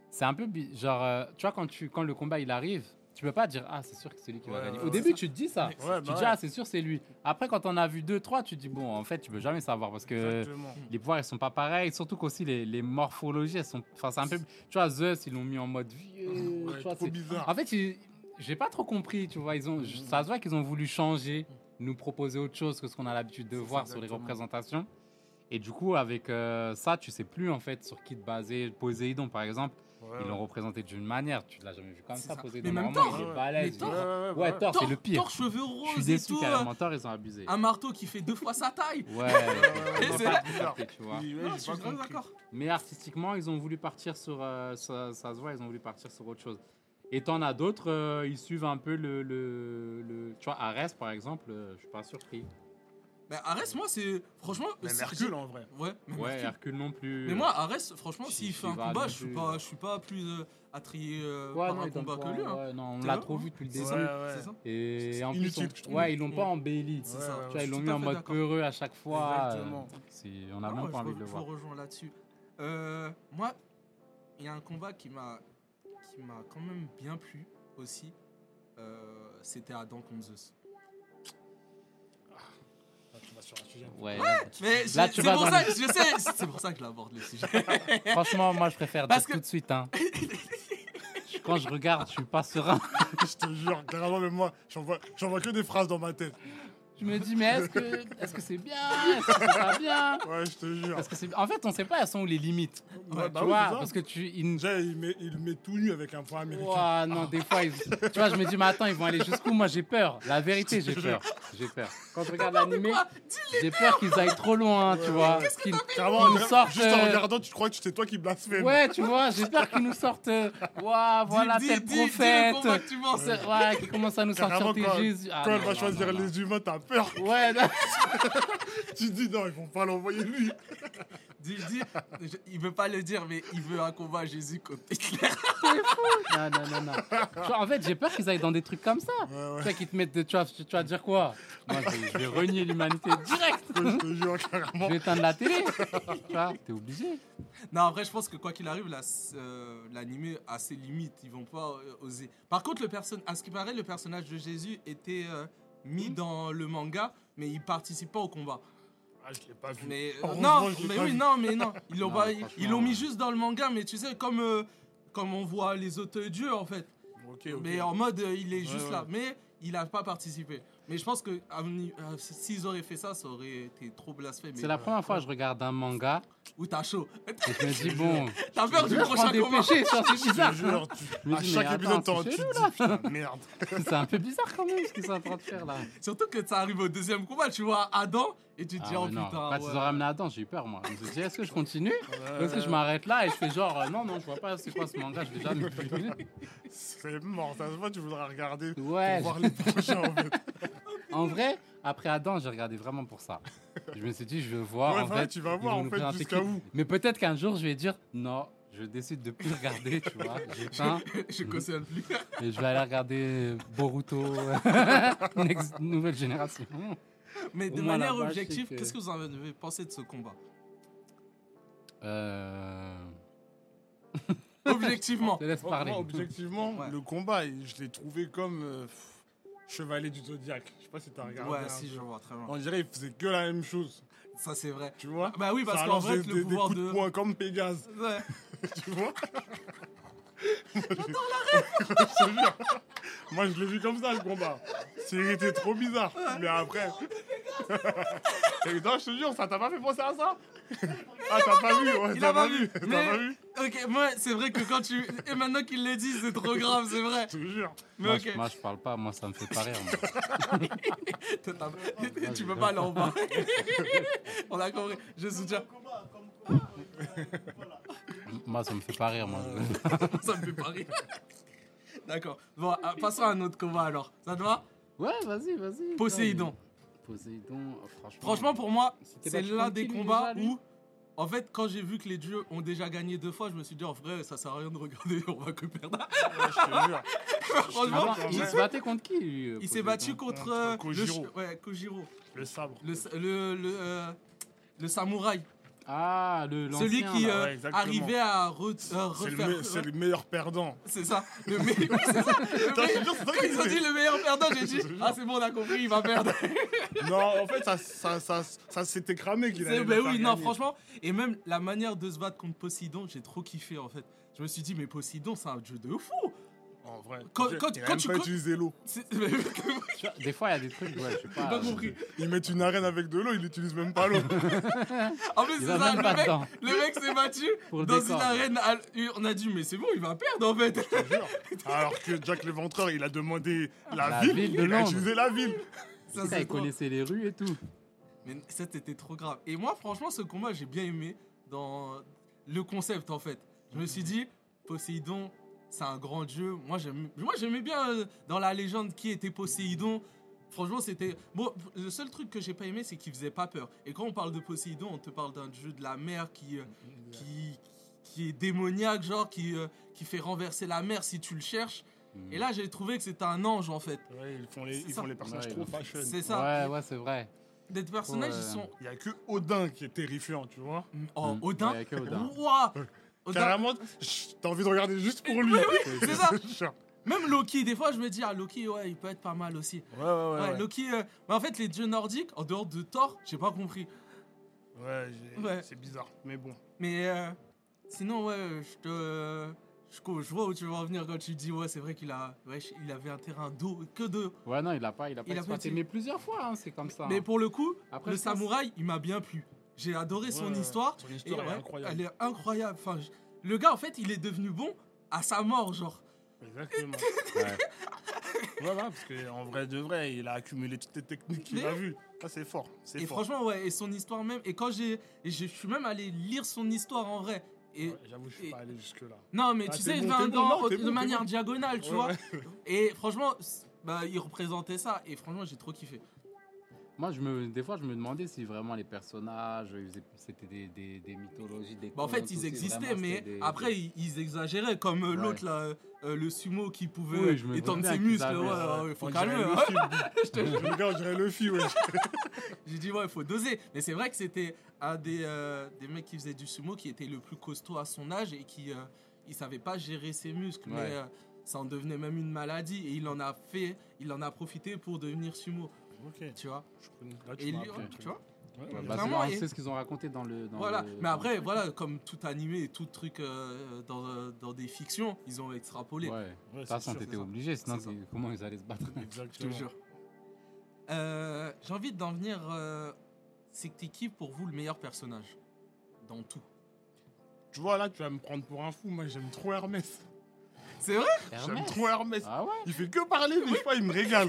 [SPEAKER 2] c'est un peu bi- genre euh, tu vois quand tu quand le combat il arrive, tu peux pas dire ah c'est sûr que c'est lui qui va
[SPEAKER 5] Ouais,
[SPEAKER 2] gagner.
[SPEAKER 5] ouais,
[SPEAKER 2] Au
[SPEAKER 5] ouais,
[SPEAKER 2] début
[SPEAKER 4] c'est ça.
[SPEAKER 2] tu te dis ça.
[SPEAKER 5] Ouais,
[SPEAKER 2] Tu
[SPEAKER 5] bah
[SPEAKER 2] te dis
[SPEAKER 5] ouais.
[SPEAKER 2] ah c'est sûr c'est lui. Après quand on a vu deux trois, tu te dis bon en fait tu peux jamais savoir parce que
[SPEAKER 5] Exactement.
[SPEAKER 2] les pouvoirs ils sont pas pareils, surtout qu'aussi les, les morphologies elles sont enfin c'est un peu tu vois Zeus ils l'ont mis en mode vieux,
[SPEAKER 5] Ouais,
[SPEAKER 2] tu vois,
[SPEAKER 5] trop
[SPEAKER 2] c'est-
[SPEAKER 5] bizarre.
[SPEAKER 2] en fait, ils- j'ai pas trop compris, tu vois. Ils ont, je- ça se voit qu'ils ont voulu changer, nous proposer autre chose que ce qu'on a l'habitude de
[SPEAKER 5] C'est ça,
[SPEAKER 2] voir sur les
[SPEAKER 5] exactement.
[SPEAKER 2] représentations. Et du coup, avec euh, ça, tu sais plus en fait sur qui te baser. Poséidon, par exemple,
[SPEAKER 5] Ouais,
[SPEAKER 2] ils l'ont représenté d'une manière. Tu l'as jamais vu comme
[SPEAKER 4] C'est
[SPEAKER 2] ça,
[SPEAKER 4] ça.
[SPEAKER 2] Poséidon.
[SPEAKER 4] Mais même
[SPEAKER 2] Normalement,
[SPEAKER 4] Thor,
[SPEAKER 2] il est
[SPEAKER 5] ouais.
[SPEAKER 2] balèze,
[SPEAKER 4] Mais
[SPEAKER 2] il
[SPEAKER 4] Thor,
[SPEAKER 2] est-
[SPEAKER 5] ouais,
[SPEAKER 2] Ouais,
[SPEAKER 5] ouais.
[SPEAKER 2] Thor, c'est le pire.
[SPEAKER 4] Thor, cheveux
[SPEAKER 2] Je suis
[SPEAKER 4] roses et
[SPEAKER 2] déçu
[SPEAKER 4] tout. euh,
[SPEAKER 2] carrément. Thor, ils ont abusé.
[SPEAKER 4] Un marteau qui fait deux fois sa taille.
[SPEAKER 2] Ouais,
[SPEAKER 5] ouais,
[SPEAKER 2] c'est
[SPEAKER 4] c'est
[SPEAKER 2] pas
[SPEAKER 5] vrai.
[SPEAKER 2] accepté, tu vois.
[SPEAKER 5] Oui, ouais,
[SPEAKER 4] Non, je
[SPEAKER 5] j'ai
[SPEAKER 4] suis
[SPEAKER 5] pas
[SPEAKER 4] vraiment
[SPEAKER 5] compris.
[SPEAKER 4] d'accord.
[SPEAKER 2] Mais artistiquement, ils ont voulu partir sur. euh, ça, ça se voit, ils ont voulu partir sur autre chose. Et t'en as d'autres, euh, ils suivent un peu le. le, le- tu vois, Ares, par exemple, euh, je suis pas surpris.
[SPEAKER 4] Mais Arès, moi, c'est. Franchement.
[SPEAKER 5] Mais
[SPEAKER 4] c'est-
[SPEAKER 5] Hercule en vrai.
[SPEAKER 4] Ouais, mais
[SPEAKER 2] Ouais,
[SPEAKER 4] Hercule.
[SPEAKER 2] Hercule non plus.
[SPEAKER 4] Mais moi, Arès, franchement,
[SPEAKER 2] J'y-
[SPEAKER 4] s'il
[SPEAKER 2] j'y
[SPEAKER 4] fait un
[SPEAKER 2] vais
[SPEAKER 4] combat,
[SPEAKER 2] non
[SPEAKER 4] je suis
[SPEAKER 2] plus.
[SPEAKER 4] pas, je suis pas plus euh, attrayé euh,
[SPEAKER 2] Ouais,
[SPEAKER 4] par
[SPEAKER 2] non,
[SPEAKER 4] un
[SPEAKER 2] ils donnent
[SPEAKER 4] combat
[SPEAKER 2] pas-
[SPEAKER 4] que lui. hein.
[SPEAKER 2] ouais, non, on
[SPEAKER 4] T'es
[SPEAKER 2] l'a
[SPEAKER 4] là,
[SPEAKER 2] trop
[SPEAKER 4] hein.
[SPEAKER 2] vu depuis le
[SPEAKER 5] Ouais,
[SPEAKER 2] début.
[SPEAKER 5] ouais.
[SPEAKER 4] C'est ça
[SPEAKER 2] Et en
[SPEAKER 5] C'est
[SPEAKER 2] plus,
[SPEAKER 5] inutile,
[SPEAKER 2] on-
[SPEAKER 5] je trouve.
[SPEAKER 2] ouais, ils l'ont pas embelli.
[SPEAKER 4] C'est
[SPEAKER 5] Ouais,
[SPEAKER 4] ça.
[SPEAKER 5] ouais,
[SPEAKER 2] Tu
[SPEAKER 5] ouais,
[SPEAKER 2] vois, ils l'ont
[SPEAKER 4] tout
[SPEAKER 2] mis
[SPEAKER 4] à
[SPEAKER 2] en
[SPEAKER 4] fait
[SPEAKER 2] mode
[SPEAKER 4] d'accord.
[SPEAKER 2] peureux à chaque fois.
[SPEAKER 5] Exactement.
[SPEAKER 2] euh, c'est- on
[SPEAKER 4] Ah
[SPEAKER 2] a
[SPEAKER 4] non,
[SPEAKER 2] même pas
[SPEAKER 4] je
[SPEAKER 2] envie
[SPEAKER 4] re-
[SPEAKER 2] de le
[SPEAKER 4] je
[SPEAKER 2] voir.
[SPEAKER 4] vous rejoins là-dessus. Euh, moi, il y a un combat qui m'a qui m'a quand même bien plu aussi. Euh, C'était Adam contre Zeus.
[SPEAKER 5] Là, tu vas sur un sujet.
[SPEAKER 4] *laughs*
[SPEAKER 2] Ouais, là,
[SPEAKER 4] Mais je-
[SPEAKER 2] Là, tu
[SPEAKER 4] c'est
[SPEAKER 2] vas
[SPEAKER 4] pour
[SPEAKER 2] dans
[SPEAKER 4] ça,
[SPEAKER 2] le-
[SPEAKER 4] que je sais, c'est pour ça que
[SPEAKER 2] *laughs*
[SPEAKER 4] j'aborde le sujet.
[SPEAKER 2] Franchement, moi, je préfère
[SPEAKER 4] Parce
[SPEAKER 2] dire
[SPEAKER 4] que-
[SPEAKER 2] tout de suite.
[SPEAKER 4] *laughs*
[SPEAKER 2] hein. Quand je regarde, je suis pas serein.
[SPEAKER 5] *laughs* je te jure, clairement, même moi, j'envoie j'envoie que des phrases dans ma tête.
[SPEAKER 2] Je me dis, mais est-ce que est-ce que c'est bien Est-ce que c'est pas bien
[SPEAKER 5] Ouais, je te jure.
[SPEAKER 2] Parce que c'est- En fait, on sait pas, elles sont où les limites.
[SPEAKER 5] Ouais,
[SPEAKER 2] tu
[SPEAKER 5] bah oui,
[SPEAKER 2] vois,
[SPEAKER 5] c'est ça.
[SPEAKER 2] parce que tu. ils-
[SPEAKER 5] Déjà, il met, il met tout nu avec un point américain.
[SPEAKER 2] Ouah, non, des fois, ils- tu vois, je me dis, mais attends, ils vont aller jusqu'où Moi, j'ai peur. La vérité, j'ai peur. J'ai peur. Quand je regarde l'animé, j'ai peur qu'ils aillent trop loin, tu vois. Qu'ils-
[SPEAKER 5] Clairement,
[SPEAKER 2] Ils nous
[SPEAKER 5] dra-
[SPEAKER 2] sortent,
[SPEAKER 5] juste en
[SPEAKER 2] euh,
[SPEAKER 5] regardant, tu crois que c'est toi qui blasphème.
[SPEAKER 2] Ouais, tu vois, j'ai peur qu'ils nous sortent. euh, Ouah, voilà,
[SPEAKER 4] Dis- dis-
[SPEAKER 2] tel
[SPEAKER 4] dis- dis le
[SPEAKER 2] prophète.
[SPEAKER 4] combat que tu penses.
[SPEAKER 2] Ouais, qui commence à nous sortir
[SPEAKER 5] Carrément,
[SPEAKER 2] tes
[SPEAKER 5] quand,
[SPEAKER 2] Jésus. Ah,
[SPEAKER 5] quand
[SPEAKER 2] non,
[SPEAKER 5] elle va
[SPEAKER 2] non,
[SPEAKER 5] choisir
[SPEAKER 2] non, non.
[SPEAKER 5] les humains, t'as peur. *laughs*
[SPEAKER 2] Ouais, non. *laughs*
[SPEAKER 5] Tu te dis non, ils vont pas l'envoyer lui.
[SPEAKER 4] Dis- dis- je- il veut pas le dire, mais il veut un combat à Jésus contre Hitler.
[SPEAKER 2] non, non, non, non. Genre, en fait, j'ai peur qu'ils aillent dans des trucs comme ça.
[SPEAKER 5] Ouais,
[SPEAKER 2] Tu
[SPEAKER 5] ouais,
[SPEAKER 2] sais, qu'ils te mettent de. Tu vas, tu vas dire quoi Moi, je vais, je vais renier l'humanité direct.
[SPEAKER 5] *laughs* je te jure,
[SPEAKER 2] Je
[SPEAKER 5] carrément.
[SPEAKER 2] vais éteindre la télé. Tu vois, t'es obligé.
[SPEAKER 4] Non, en vrai, je pense que quoi qu'il arrive, la- euh, l'animé a ses limites. Ils vont pas euh, oser. Par contre, le perso- à ce qui paraît, le personnage de Jésus était euh, mis
[SPEAKER 5] Hmm.
[SPEAKER 4] dans le manga, mais il participe pas au combat.
[SPEAKER 5] Ah, je l'ai pas vu.
[SPEAKER 4] Mais euh,
[SPEAKER 5] Heureusement,
[SPEAKER 4] non,
[SPEAKER 5] je l'ai
[SPEAKER 4] mais
[SPEAKER 5] pas
[SPEAKER 4] oui,
[SPEAKER 5] vu.
[SPEAKER 4] non, mais non. Ils l'ont
[SPEAKER 2] Non,
[SPEAKER 4] pas-
[SPEAKER 2] franchement,
[SPEAKER 4] ils l'ont mis
[SPEAKER 2] ouais.
[SPEAKER 4] juste dans le manga, mais tu sais, comme, euh, comme on voit les autres dieux en fait.
[SPEAKER 5] Ok, ok.
[SPEAKER 4] Mais en mode, euh, il est juste
[SPEAKER 5] ouais.
[SPEAKER 4] là. Mais il a pas participé. Mais je pense que à venir- euh, s'ils auraient fait ça, ça aurait été trop blasphème.
[SPEAKER 5] bah,
[SPEAKER 2] C'est la première fois que je regarde un manga
[SPEAKER 4] Ou t'as chaud. *laughs*
[SPEAKER 2] et je me dis,
[SPEAKER 5] *laughs*
[SPEAKER 2] bon,
[SPEAKER 4] T'as peur du
[SPEAKER 2] je prends
[SPEAKER 4] prochain
[SPEAKER 2] des
[SPEAKER 4] combat.
[SPEAKER 2] péchés, ça, c'est
[SPEAKER 5] Je te
[SPEAKER 2] bizarre.
[SPEAKER 4] *laughs*
[SPEAKER 5] jure, tu-
[SPEAKER 2] Mais
[SPEAKER 5] à
[SPEAKER 2] dis,
[SPEAKER 5] chaque
[SPEAKER 2] mais
[SPEAKER 5] épisode,
[SPEAKER 2] attends,
[SPEAKER 5] t'en-
[SPEAKER 2] c'est
[SPEAKER 5] tu te
[SPEAKER 2] chelou,
[SPEAKER 5] dis putain, merde.
[SPEAKER 2] C'est un peu bizarre quand même ce qu'ils sont en train de faire là.
[SPEAKER 4] Surtout que ça arrive au deuxième combat, tu vois Adam et tu te
[SPEAKER 2] Ah,
[SPEAKER 4] dis
[SPEAKER 2] mais
[SPEAKER 4] oh
[SPEAKER 2] non.
[SPEAKER 4] putain.
[SPEAKER 2] Quand
[SPEAKER 4] ouais.
[SPEAKER 2] ils ont ramené Adam, j'ai eu peur moi. Je me suis dit, est-ce que je continue Ou est-ce que je m'arrête là et je fais genre, euh, non, non, je vois pas c'est quoi ce manga, je l'ai jamais vu.
[SPEAKER 5] C'est mort, ça se voit, tu voudras regarder.
[SPEAKER 2] Ouais,
[SPEAKER 5] Pour voir les prochains
[SPEAKER 2] *laughs*
[SPEAKER 5] en fait.
[SPEAKER 2] en vrai, après Adam, j'ai regardé vraiment pour ça. Je me suis dit, je veux voir.
[SPEAKER 5] Ouais,
[SPEAKER 2] en
[SPEAKER 5] voilà,
[SPEAKER 2] fait,
[SPEAKER 5] tu vas
[SPEAKER 2] ils
[SPEAKER 5] voir,
[SPEAKER 2] vont
[SPEAKER 5] en
[SPEAKER 2] nous
[SPEAKER 5] fait,
[SPEAKER 2] présenter
[SPEAKER 5] jusqu'à
[SPEAKER 2] qui.
[SPEAKER 5] où.
[SPEAKER 2] Mais peut-être qu'un jour, je vais dire, non, je décide de plus regarder, tu
[SPEAKER 4] *laughs*
[SPEAKER 2] vois. J'éteins
[SPEAKER 4] *laughs* je
[SPEAKER 2] *laughs*
[SPEAKER 4] cautionne plus.
[SPEAKER 2] et je vais aller regarder Boruto, *laughs* Next- nouvelle génération.
[SPEAKER 4] Mais
[SPEAKER 2] Au
[SPEAKER 4] de
[SPEAKER 2] moins,
[SPEAKER 4] manière
[SPEAKER 2] là-bas, je sais
[SPEAKER 4] objective,
[SPEAKER 2] que-
[SPEAKER 4] qu'est-ce que vous en avez pensé de ce combat
[SPEAKER 2] Euh...
[SPEAKER 4] Objectivement.
[SPEAKER 2] Je te laisse
[SPEAKER 4] Oh,
[SPEAKER 5] Moi,
[SPEAKER 2] parler.
[SPEAKER 5] moi, objectivement,
[SPEAKER 4] Ouais.
[SPEAKER 5] le combat, je l'ai trouvé comme euh, pff, Chevalier du Zodiac. Je sais pas si t'as regardé.
[SPEAKER 4] Ouais,
[SPEAKER 5] un
[SPEAKER 4] si,
[SPEAKER 5] peu.
[SPEAKER 4] je vois très bien.
[SPEAKER 5] On dirait il faisait que la même chose,
[SPEAKER 4] Ça, c'est vrai.
[SPEAKER 5] tu vois
[SPEAKER 4] Bah oui, parce
[SPEAKER 5] Ça
[SPEAKER 4] qu'en
[SPEAKER 5] lance
[SPEAKER 4] vrai,
[SPEAKER 5] des-
[SPEAKER 4] le
[SPEAKER 5] des-
[SPEAKER 4] pouvoir
[SPEAKER 5] des coups de
[SPEAKER 4] de.
[SPEAKER 5] poing comme Pégase,
[SPEAKER 4] Ouais.
[SPEAKER 5] tu vois Moi, *laughs* je- je te jure. Moi, je l'ai vu comme ça, le combat. C'était trop bizarre. Mais après...
[SPEAKER 4] Oh,
[SPEAKER 5] *laughs* Et non, je te jure, ça t'a pas fait penser à ça Ah, t'as pas vu ouais,
[SPEAKER 4] Il
[SPEAKER 5] T'as
[SPEAKER 4] a
[SPEAKER 5] pas vu T'as
[SPEAKER 4] Mais-
[SPEAKER 5] pas vu
[SPEAKER 4] Ok, moi, c'est vrai que quand
[SPEAKER 5] *laughs*
[SPEAKER 4] tu. Et maintenant qu'il le dit, c'est trop grave, c'est vrai.
[SPEAKER 5] Je te jure.
[SPEAKER 4] Mais
[SPEAKER 2] moi,
[SPEAKER 4] ok.
[SPEAKER 2] je, moi, je parle pas, moi, ça me fait pas rire. moi.
[SPEAKER 4] T'as- tu peux pas aller
[SPEAKER 2] *laughs*
[SPEAKER 4] en bas. On a compris. Je soutiens. *laughs*
[SPEAKER 2] Moi, ça me fait pas rire, moi.
[SPEAKER 4] Euh. Ça me fait pas rire. D'accord. Bon, euh, passons à un autre combat alors. Ça te va
[SPEAKER 2] Ouais, vas-y, vas-y.
[SPEAKER 4] Poséidon.
[SPEAKER 2] Poséidon, euh, franchement.
[SPEAKER 4] Franchement, pour moi,
[SPEAKER 2] C'était
[SPEAKER 4] c'est
[SPEAKER 2] pas
[SPEAKER 4] l'un
[SPEAKER 2] Chicken
[SPEAKER 4] des
[SPEAKER 2] King, lui,
[SPEAKER 4] combats
[SPEAKER 2] déjà, lui
[SPEAKER 4] où, en fait, quand j'ai vu que les dieux ont déjà gagné deux fois, je me suis dit, en vrai, ça sert à rien de regarder, *laughs* on va que perdre.
[SPEAKER 5] Ouais, je
[SPEAKER 4] *laughs*
[SPEAKER 5] te jure.
[SPEAKER 4] Franchement,
[SPEAKER 2] Attends,
[SPEAKER 5] je
[SPEAKER 2] Ah il s'est
[SPEAKER 5] sais-
[SPEAKER 2] battu contre qui lui, euh,
[SPEAKER 4] il s'est
[SPEAKER 2] Poséidon
[SPEAKER 4] battu contre
[SPEAKER 5] Contre
[SPEAKER 4] euh, le
[SPEAKER 5] Kojiro.
[SPEAKER 4] ch- ouais, Kojiro.
[SPEAKER 5] Le sabre.
[SPEAKER 4] le, sa- le, le, euh, le samouraï,
[SPEAKER 2] Ah, le l'ancien,
[SPEAKER 4] celui qui
[SPEAKER 2] là.
[SPEAKER 4] euh,
[SPEAKER 5] ouais, exactement.
[SPEAKER 4] arrivait à re- euh,
[SPEAKER 5] C'est le,
[SPEAKER 4] refaire.
[SPEAKER 5] me- c'est le meilleur perdant.
[SPEAKER 4] *laughs* C'est ça, le *laughs* meilleur. c'est ça, le
[SPEAKER 5] Putain, je te
[SPEAKER 4] meilleur-
[SPEAKER 5] jure, c'est ça
[SPEAKER 4] Quand
[SPEAKER 5] qu'il
[SPEAKER 4] ils ont dit
[SPEAKER 5] disait.
[SPEAKER 4] le meilleur perdant, j'ai
[SPEAKER 5] *laughs*
[SPEAKER 4] dit Ah, c'est bon, on a compris, il va perdre.
[SPEAKER 5] Non, en fait, ça, ça, ça, ça s'était cramé qu'il
[SPEAKER 4] C'est-
[SPEAKER 5] allait.
[SPEAKER 4] Mais
[SPEAKER 5] le
[SPEAKER 4] oui,
[SPEAKER 5] faire
[SPEAKER 4] non,
[SPEAKER 5] gagner.
[SPEAKER 4] franchement. Et même la manière de se battre contre Posidon, j'ai trop kiffé en fait. Je me suis dit, mais Posidon, c'est un jeu de fou.
[SPEAKER 5] En vrai.
[SPEAKER 4] Quand-
[SPEAKER 5] il a
[SPEAKER 4] quand-
[SPEAKER 5] même
[SPEAKER 4] quand tu-
[SPEAKER 5] pas
[SPEAKER 4] quand-
[SPEAKER 5] utilisé l'eau.
[SPEAKER 4] C'est- *laughs* mais- J'ai
[SPEAKER 2] Tu vois, Des fois, il y a des trucs,
[SPEAKER 4] *laughs*
[SPEAKER 2] ouais, je sais pas.
[SPEAKER 4] pas
[SPEAKER 5] Ah,
[SPEAKER 2] euh,
[SPEAKER 4] compris.
[SPEAKER 5] Ils mettent une arène avec de l'eau, ils n'utilisent même pas l'eau.
[SPEAKER 4] En fait,
[SPEAKER 2] Il
[SPEAKER 4] c'est
[SPEAKER 2] va
[SPEAKER 4] ça,
[SPEAKER 2] même
[SPEAKER 4] le
[SPEAKER 2] pas
[SPEAKER 4] mec,
[SPEAKER 2] dedans.
[SPEAKER 4] le mec s'est battu
[SPEAKER 2] Pour le
[SPEAKER 4] dans
[SPEAKER 2] décor.
[SPEAKER 4] une arène. à- euh, On a dit, mais c'est bon, il va perdre en fait. *laughs*
[SPEAKER 5] je te jure. *laughs* Alors que Jack l'éventreur, il a demandé la,
[SPEAKER 2] La
[SPEAKER 5] ville,
[SPEAKER 2] ville de
[SPEAKER 5] il a
[SPEAKER 2] Londres.
[SPEAKER 5] utilisé la ville.
[SPEAKER 4] Ça,
[SPEAKER 2] putain,
[SPEAKER 4] c'est
[SPEAKER 2] il
[SPEAKER 4] trop.
[SPEAKER 2] connaissait les rues et tout.
[SPEAKER 4] Mais ça, c'était trop grave. Et moi, franchement, ce combat, j'ai bien aimé dans le concept, en fait. Je me suis dit, Poséidon, c'est un grand dieu. Moi, j'aime- moi, j'aimais bien euh, dans la légende qui était Poséidon. Franchement, c'était. Bon, le seul truc que j'ai pas aimé, c'est qu'il faisait pas peur. Et quand on parle de Poséidon, on te parle d'un dieu de la mer qui, euh, qui, qui est démoniaque, genre, qui, euh, qui fait renverser la mer si tu le cherches. Et là, j'ai trouvé que c'était un ange, en fait.
[SPEAKER 5] Ouais, ils font les,
[SPEAKER 4] C'est
[SPEAKER 5] ils
[SPEAKER 4] ça.
[SPEAKER 5] font les personnages
[SPEAKER 2] Ouais,
[SPEAKER 5] trop
[SPEAKER 2] ils-
[SPEAKER 5] fashion.
[SPEAKER 4] C'est ça.
[SPEAKER 2] Ouais, ouais, c'est
[SPEAKER 4] *laughs*
[SPEAKER 2] vrai.
[SPEAKER 4] Des personnages,
[SPEAKER 2] Ouais.
[SPEAKER 4] ils sont.
[SPEAKER 5] Il n'y a que Odin qui est terrifiant, tu vois.
[SPEAKER 4] Oh,
[SPEAKER 2] Mm.
[SPEAKER 4] Odin.
[SPEAKER 2] Ouais, que Odin.
[SPEAKER 4] Ouah. Odin.
[SPEAKER 5] Carrément, chut, t'as envie de regarder juste pour lui. *laughs*
[SPEAKER 4] c'est ça.
[SPEAKER 5] Je te jure.
[SPEAKER 4] Même Loki, des fois, je me dis, ah, Loki, ouais, il peut être pas mal aussi.
[SPEAKER 5] Ouais, ouais, ouais.
[SPEAKER 4] Ouais,
[SPEAKER 5] ouais.
[SPEAKER 4] Loki. euh, Mais en fait, les dieux nordiques, en dehors de Thor, j'ai pas compris.
[SPEAKER 5] Ouais, j'ai-
[SPEAKER 4] Ouais.
[SPEAKER 5] c'est bizarre, mais bon.
[SPEAKER 4] Mais euh, sinon, ouais, je te. Je co- je vois où tu veux en venir quand tu dis, ouais, c'est vrai qu'il a, wesh, il avait un terrain d'eau, que d'eau.
[SPEAKER 2] Ouais, non, il a pas, il a pas
[SPEAKER 4] Il a pas
[SPEAKER 2] exploité.
[SPEAKER 4] dit-
[SPEAKER 2] Mais plusieurs fois, hein, c'est comme ça.
[SPEAKER 4] Mais
[SPEAKER 2] hein.
[SPEAKER 4] pour le coup,
[SPEAKER 2] Après,
[SPEAKER 4] le
[SPEAKER 2] je pense-
[SPEAKER 4] samouraï, il m'a bien plu. J'ai adoré son
[SPEAKER 5] Ouais,
[SPEAKER 4] histoire. hein.
[SPEAKER 5] Son histoire
[SPEAKER 4] Et
[SPEAKER 5] est
[SPEAKER 4] ouais,
[SPEAKER 5] incroyable.
[SPEAKER 4] Elle est incroyable. Enfin, je- le gars, en fait, il est devenu bon à sa mort, genre. *laughs*
[SPEAKER 5] Exactement.
[SPEAKER 2] Ouais.
[SPEAKER 5] ouais, ouais, parce qu'en vrai de vrai, il a accumulé toutes les techniques qu'il
[SPEAKER 4] Mais-
[SPEAKER 5] a vues. Ça, c'est fort. C'est
[SPEAKER 4] Et
[SPEAKER 5] fort.
[SPEAKER 4] franchement, ouais, et son histoire même. Et quand j'ai. et Je je suis même allé lire son histoire en vrai. Et.
[SPEAKER 5] Ouais, J'avoue, je suis
[SPEAKER 4] et-
[SPEAKER 5] pas allé jusque-là.
[SPEAKER 4] Non, mais
[SPEAKER 5] Ah,
[SPEAKER 4] tu
[SPEAKER 5] t'es
[SPEAKER 4] sais,
[SPEAKER 5] bon,
[SPEAKER 4] dans-
[SPEAKER 5] t'es bon,
[SPEAKER 4] dans-
[SPEAKER 5] non, t'es
[SPEAKER 4] de
[SPEAKER 5] bon, t'es
[SPEAKER 4] manière
[SPEAKER 5] bon.
[SPEAKER 4] diagonale, tu
[SPEAKER 5] Ouais,
[SPEAKER 4] vois.
[SPEAKER 5] ouais.
[SPEAKER 4] Et franchement, c'est- bah, il représentait ça. Et franchement, j'ai trop kiffé.
[SPEAKER 2] Moi, je me, des fois, je me demandais si vraiment les personnages, ils faisaient- c'était des, des, des mythologies, des.
[SPEAKER 4] Bah, en
[SPEAKER 2] contes
[SPEAKER 4] fait, ils
[SPEAKER 2] aussi,
[SPEAKER 4] existaient,
[SPEAKER 2] vraiment,
[SPEAKER 4] mais
[SPEAKER 2] c'était des-
[SPEAKER 4] après, ils, ils exagéraient. Comme euh,
[SPEAKER 2] Ouais.
[SPEAKER 4] l'autre, là, euh, euh, le sumo qui pouvait
[SPEAKER 2] Oui,
[SPEAKER 4] euh,
[SPEAKER 2] je me
[SPEAKER 4] étendre
[SPEAKER 2] souviens
[SPEAKER 4] ses
[SPEAKER 2] qu'ils
[SPEAKER 4] muscles.
[SPEAKER 2] avaient,
[SPEAKER 4] Ouais,
[SPEAKER 2] euh,
[SPEAKER 4] ouais, ouais, faut
[SPEAKER 5] On
[SPEAKER 4] calmer.
[SPEAKER 5] dirait
[SPEAKER 4] hein.
[SPEAKER 5] Luffy,
[SPEAKER 4] *laughs*
[SPEAKER 5] Le gars, on dirait Luffy, ouais.
[SPEAKER 4] J'ai dit, ouais, faut doser. Mais c'est vrai que c'était un des, euh, des mecs qui faisait du sumo qui était le plus costaud à son âge et qui euh, il savait pas gérer ses muscles.
[SPEAKER 2] Ouais.
[SPEAKER 4] Mais euh, ça en devenait même une maladie. Et il en a fait, il en a profité pour devenir sumo,
[SPEAKER 5] Ok.
[SPEAKER 4] tu vois.
[SPEAKER 5] Je connais- Là,
[SPEAKER 4] Et
[SPEAKER 5] m'as
[SPEAKER 4] lui,
[SPEAKER 5] appris un
[SPEAKER 4] tu
[SPEAKER 5] truc.
[SPEAKER 4] vois.
[SPEAKER 5] Ouais,
[SPEAKER 2] Ouais,
[SPEAKER 5] ouais,
[SPEAKER 2] bah,
[SPEAKER 5] ouais.
[SPEAKER 2] c'est
[SPEAKER 4] Vraiment,
[SPEAKER 2] marrant,
[SPEAKER 4] et-
[SPEAKER 2] c'est ce qu'ils ont raconté dans le. dans
[SPEAKER 4] voilà.
[SPEAKER 2] le-
[SPEAKER 4] Mais après, voilà, comme tout animé et tout truc euh, dans, euh, dans des fictions, ils ont extrapolé.
[SPEAKER 2] Ouais. De
[SPEAKER 5] Ouais,
[SPEAKER 2] toute
[SPEAKER 5] c'est
[SPEAKER 2] façon,
[SPEAKER 5] sûr.
[SPEAKER 2] t'étais
[SPEAKER 4] ça.
[SPEAKER 2] obligé, sinon,
[SPEAKER 4] C'est ça.
[SPEAKER 2] t'es- comment ils allaient se battre
[SPEAKER 4] Je te
[SPEAKER 5] Exactement.
[SPEAKER 4] jure. Euh, J'ai envie d'en venir. euh, c'est que t'es qui pour vous le meilleur personnage dans tout
[SPEAKER 5] Tu vois, là, tu vas me prendre pour un fou. Moi, j'aime trop Hermès.
[SPEAKER 4] C'est vrai
[SPEAKER 5] J'aime
[SPEAKER 2] Hermès
[SPEAKER 5] trop Hermès.
[SPEAKER 2] Ah ouais
[SPEAKER 5] Il fait que parler, mais je sais pas, il me
[SPEAKER 2] *laughs*
[SPEAKER 5] régale.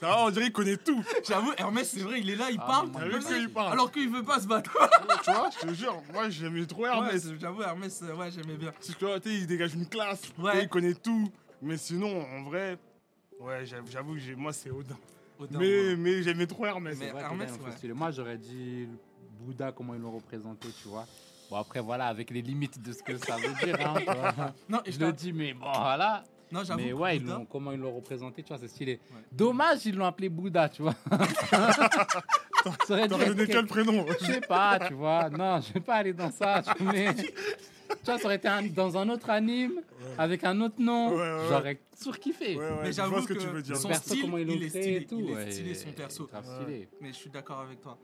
[SPEAKER 5] Ça va, on dirait qu'il connaît tout.
[SPEAKER 4] J'avoue, Hermès, c'est vrai, il est là, il
[SPEAKER 2] Ah,
[SPEAKER 4] parle.
[SPEAKER 2] mais
[SPEAKER 5] T'as
[SPEAKER 2] moi,
[SPEAKER 5] vu
[SPEAKER 2] Ouais.
[SPEAKER 5] qu'il parle
[SPEAKER 4] Alors qu'il veut pas se battre.
[SPEAKER 5] Tu vois, je te jure, moi j'aimais trop Hermès.
[SPEAKER 4] Ouais, J'avoue, Hermès, euh, ouais, j'aimais bien.
[SPEAKER 5] Parce que tu sais, il dégage une classe, tu sais,
[SPEAKER 4] Ouais.
[SPEAKER 5] il connaît tout. Mais sinon, en vrai, ouais, j'avoue j'avoue que j'ai- moi c'est Odin.
[SPEAKER 4] Odin,
[SPEAKER 5] Mais,
[SPEAKER 4] ouais.
[SPEAKER 5] mais j'aimais trop Hermès.
[SPEAKER 4] Mais-
[SPEAKER 2] C'est vrai que
[SPEAKER 4] Hermès,
[SPEAKER 2] là, il
[SPEAKER 4] ouais.
[SPEAKER 2] faut stylé. Moi, j'aurais dit Bouddha, comment ils l'ont représenté, tu vois. Bon, après, voilà, avec les limites de ce que ça veut dire. hein, tu vois.
[SPEAKER 4] Non, et je
[SPEAKER 2] je le
[SPEAKER 4] t'avoue-
[SPEAKER 2] dis, mais bon, voilà.
[SPEAKER 4] non, j'avoue.
[SPEAKER 2] Mais
[SPEAKER 4] que
[SPEAKER 2] ouais, ils
[SPEAKER 4] Bouddha-
[SPEAKER 2] l'ont- comment ils l'ont représenté, tu vois, c'est stylé.
[SPEAKER 4] Ouais.
[SPEAKER 2] Dommage, ils l'ont appelé Bouddha, tu
[SPEAKER 4] *laughs*
[SPEAKER 2] vois. Ça aurait dû
[SPEAKER 5] T'aurais
[SPEAKER 2] être
[SPEAKER 5] donné
[SPEAKER 4] *laughs*
[SPEAKER 5] quel prénom
[SPEAKER 2] Je sais pas, tu vois. Non, je vais pas aller dans ça. Tu, mais... tu vois, ça aurait été un- dans un autre anime, avec un autre nom.
[SPEAKER 5] Ouais, ouais, ouais.
[SPEAKER 2] J'aurais surkiffé.
[SPEAKER 5] *laughs* Ouais, ouais,
[SPEAKER 4] Mais
[SPEAKER 5] je vois
[SPEAKER 4] j'avoue
[SPEAKER 5] ce que, tu
[SPEAKER 4] que
[SPEAKER 5] veux dire.
[SPEAKER 2] Le
[SPEAKER 4] son-
[SPEAKER 5] Ouais,
[SPEAKER 2] perso,
[SPEAKER 4] style,
[SPEAKER 2] comment ils l'ont
[SPEAKER 4] il est
[SPEAKER 2] créé
[SPEAKER 4] stylé,
[SPEAKER 2] et tout.
[SPEAKER 4] il est
[SPEAKER 2] ouais,
[SPEAKER 4] stylé, son perso.
[SPEAKER 2] grave
[SPEAKER 5] Ouais.
[SPEAKER 2] stylé.
[SPEAKER 4] Mais je suis d'accord avec toi.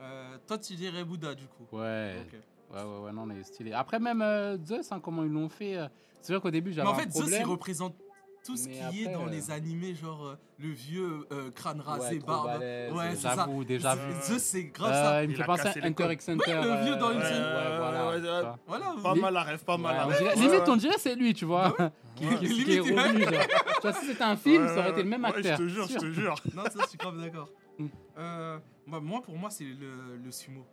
[SPEAKER 4] Euh, toi, tu dirais Bouddha du coup.
[SPEAKER 2] Ouais.
[SPEAKER 4] Ok.
[SPEAKER 2] ouais, ouais, ouais, non, il est stylé. Après, même euh, Zeus, hein, comment ils l'ont fait. euh, C'est vrai qu'au début,
[SPEAKER 4] Mais
[SPEAKER 2] j'avais
[SPEAKER 4] en fait,
[SPEAKER 2] un
[SPEAKER 4] Zeus, il
[SPEAKER 2] problème.
[SPEAKER 4] représente tout ce
[SPEAKER 2] Mais
[SPEAKER 4] qui
[SPEAKER 2] après,
[SPEAKER 4] est dans
[SPEAKER 2] euh,
[SPEAKER 4] les animés, genre euh, le vieux euh, crâne rasé,
[SPEAKER 2] ouais, trop
[SPEAKER 4] barbe.
[SPEAKER 2] balèze,
[SPEAKER 4] Ouais, c'est ça.
[SPEAKER 2] j'avoue, déjà vu.
[SPEAKER 5] vu.
[SPEAKER 4] Zeus, c'est grave ça.
[SPEAKER 2] Euh, il me
[SPEAKER 5] Il
[SPEAKER 2] fait
[SPEAKER 5] a
[SPEAKER 2] penser
[SPEAKER 5] cassé
[SPEAKER 2] à
[SPEAKER 5] les
[SPEAKER 2] Hunter
[SPEAKER 5] codes.
[SPEAKER 2] x Hunter.
[SPEAKER 4] Oui, le vieux dans
[SPEAKER 2] euh,
[SPEAKER 4] Hunter.
[SPEAKER 2] ouais,
[SPEAKER 5] Ouais, ouais,
[SPEAKER 2] ouais,
[SPEAKER 5] ouais,
[SPEAKER 2] voilà. tu vois.
[SPEAKER 4] Voilà.
[SPEAKER 5] Pas
[SPEAKER 2] Li-
[SPEAKER 5] mal à rêve, pas mal à
[SPEAKER 2] Ouais, on
[SPEAKER 5] rêve.
[SPEAKER 2] dirait-
[SPEAKER 5] Ouais,
[SPEAKER 2] limite,
[SPEAKER 5] ouais.
[SPEAKER 2] on dirait c'est lui, tu vois. *laughs* qui,
[SPEAKER 5] Ouais.
[SPEAKER 2] qui- qui est
[SPEAKER 4] Limite, ouais.
[SPEAKER 2] revenu. genre. Tu vois, si c'était un film, ça aurait été le même
[SPEAKER 5] Ouais,
[SPEAKER 2] acteur.
[SPEAKER 5] Je te jure, je
[SPEAKER 2] sûr.
[SPEAKER 5] te jure.
[SPEAKER 4] Non, ça, je suis grave d'accord.
[SPEAKER 2] Mm.
[SPEAKER 4] Euh, bah, moi, pour moi, c'est le, le sumo.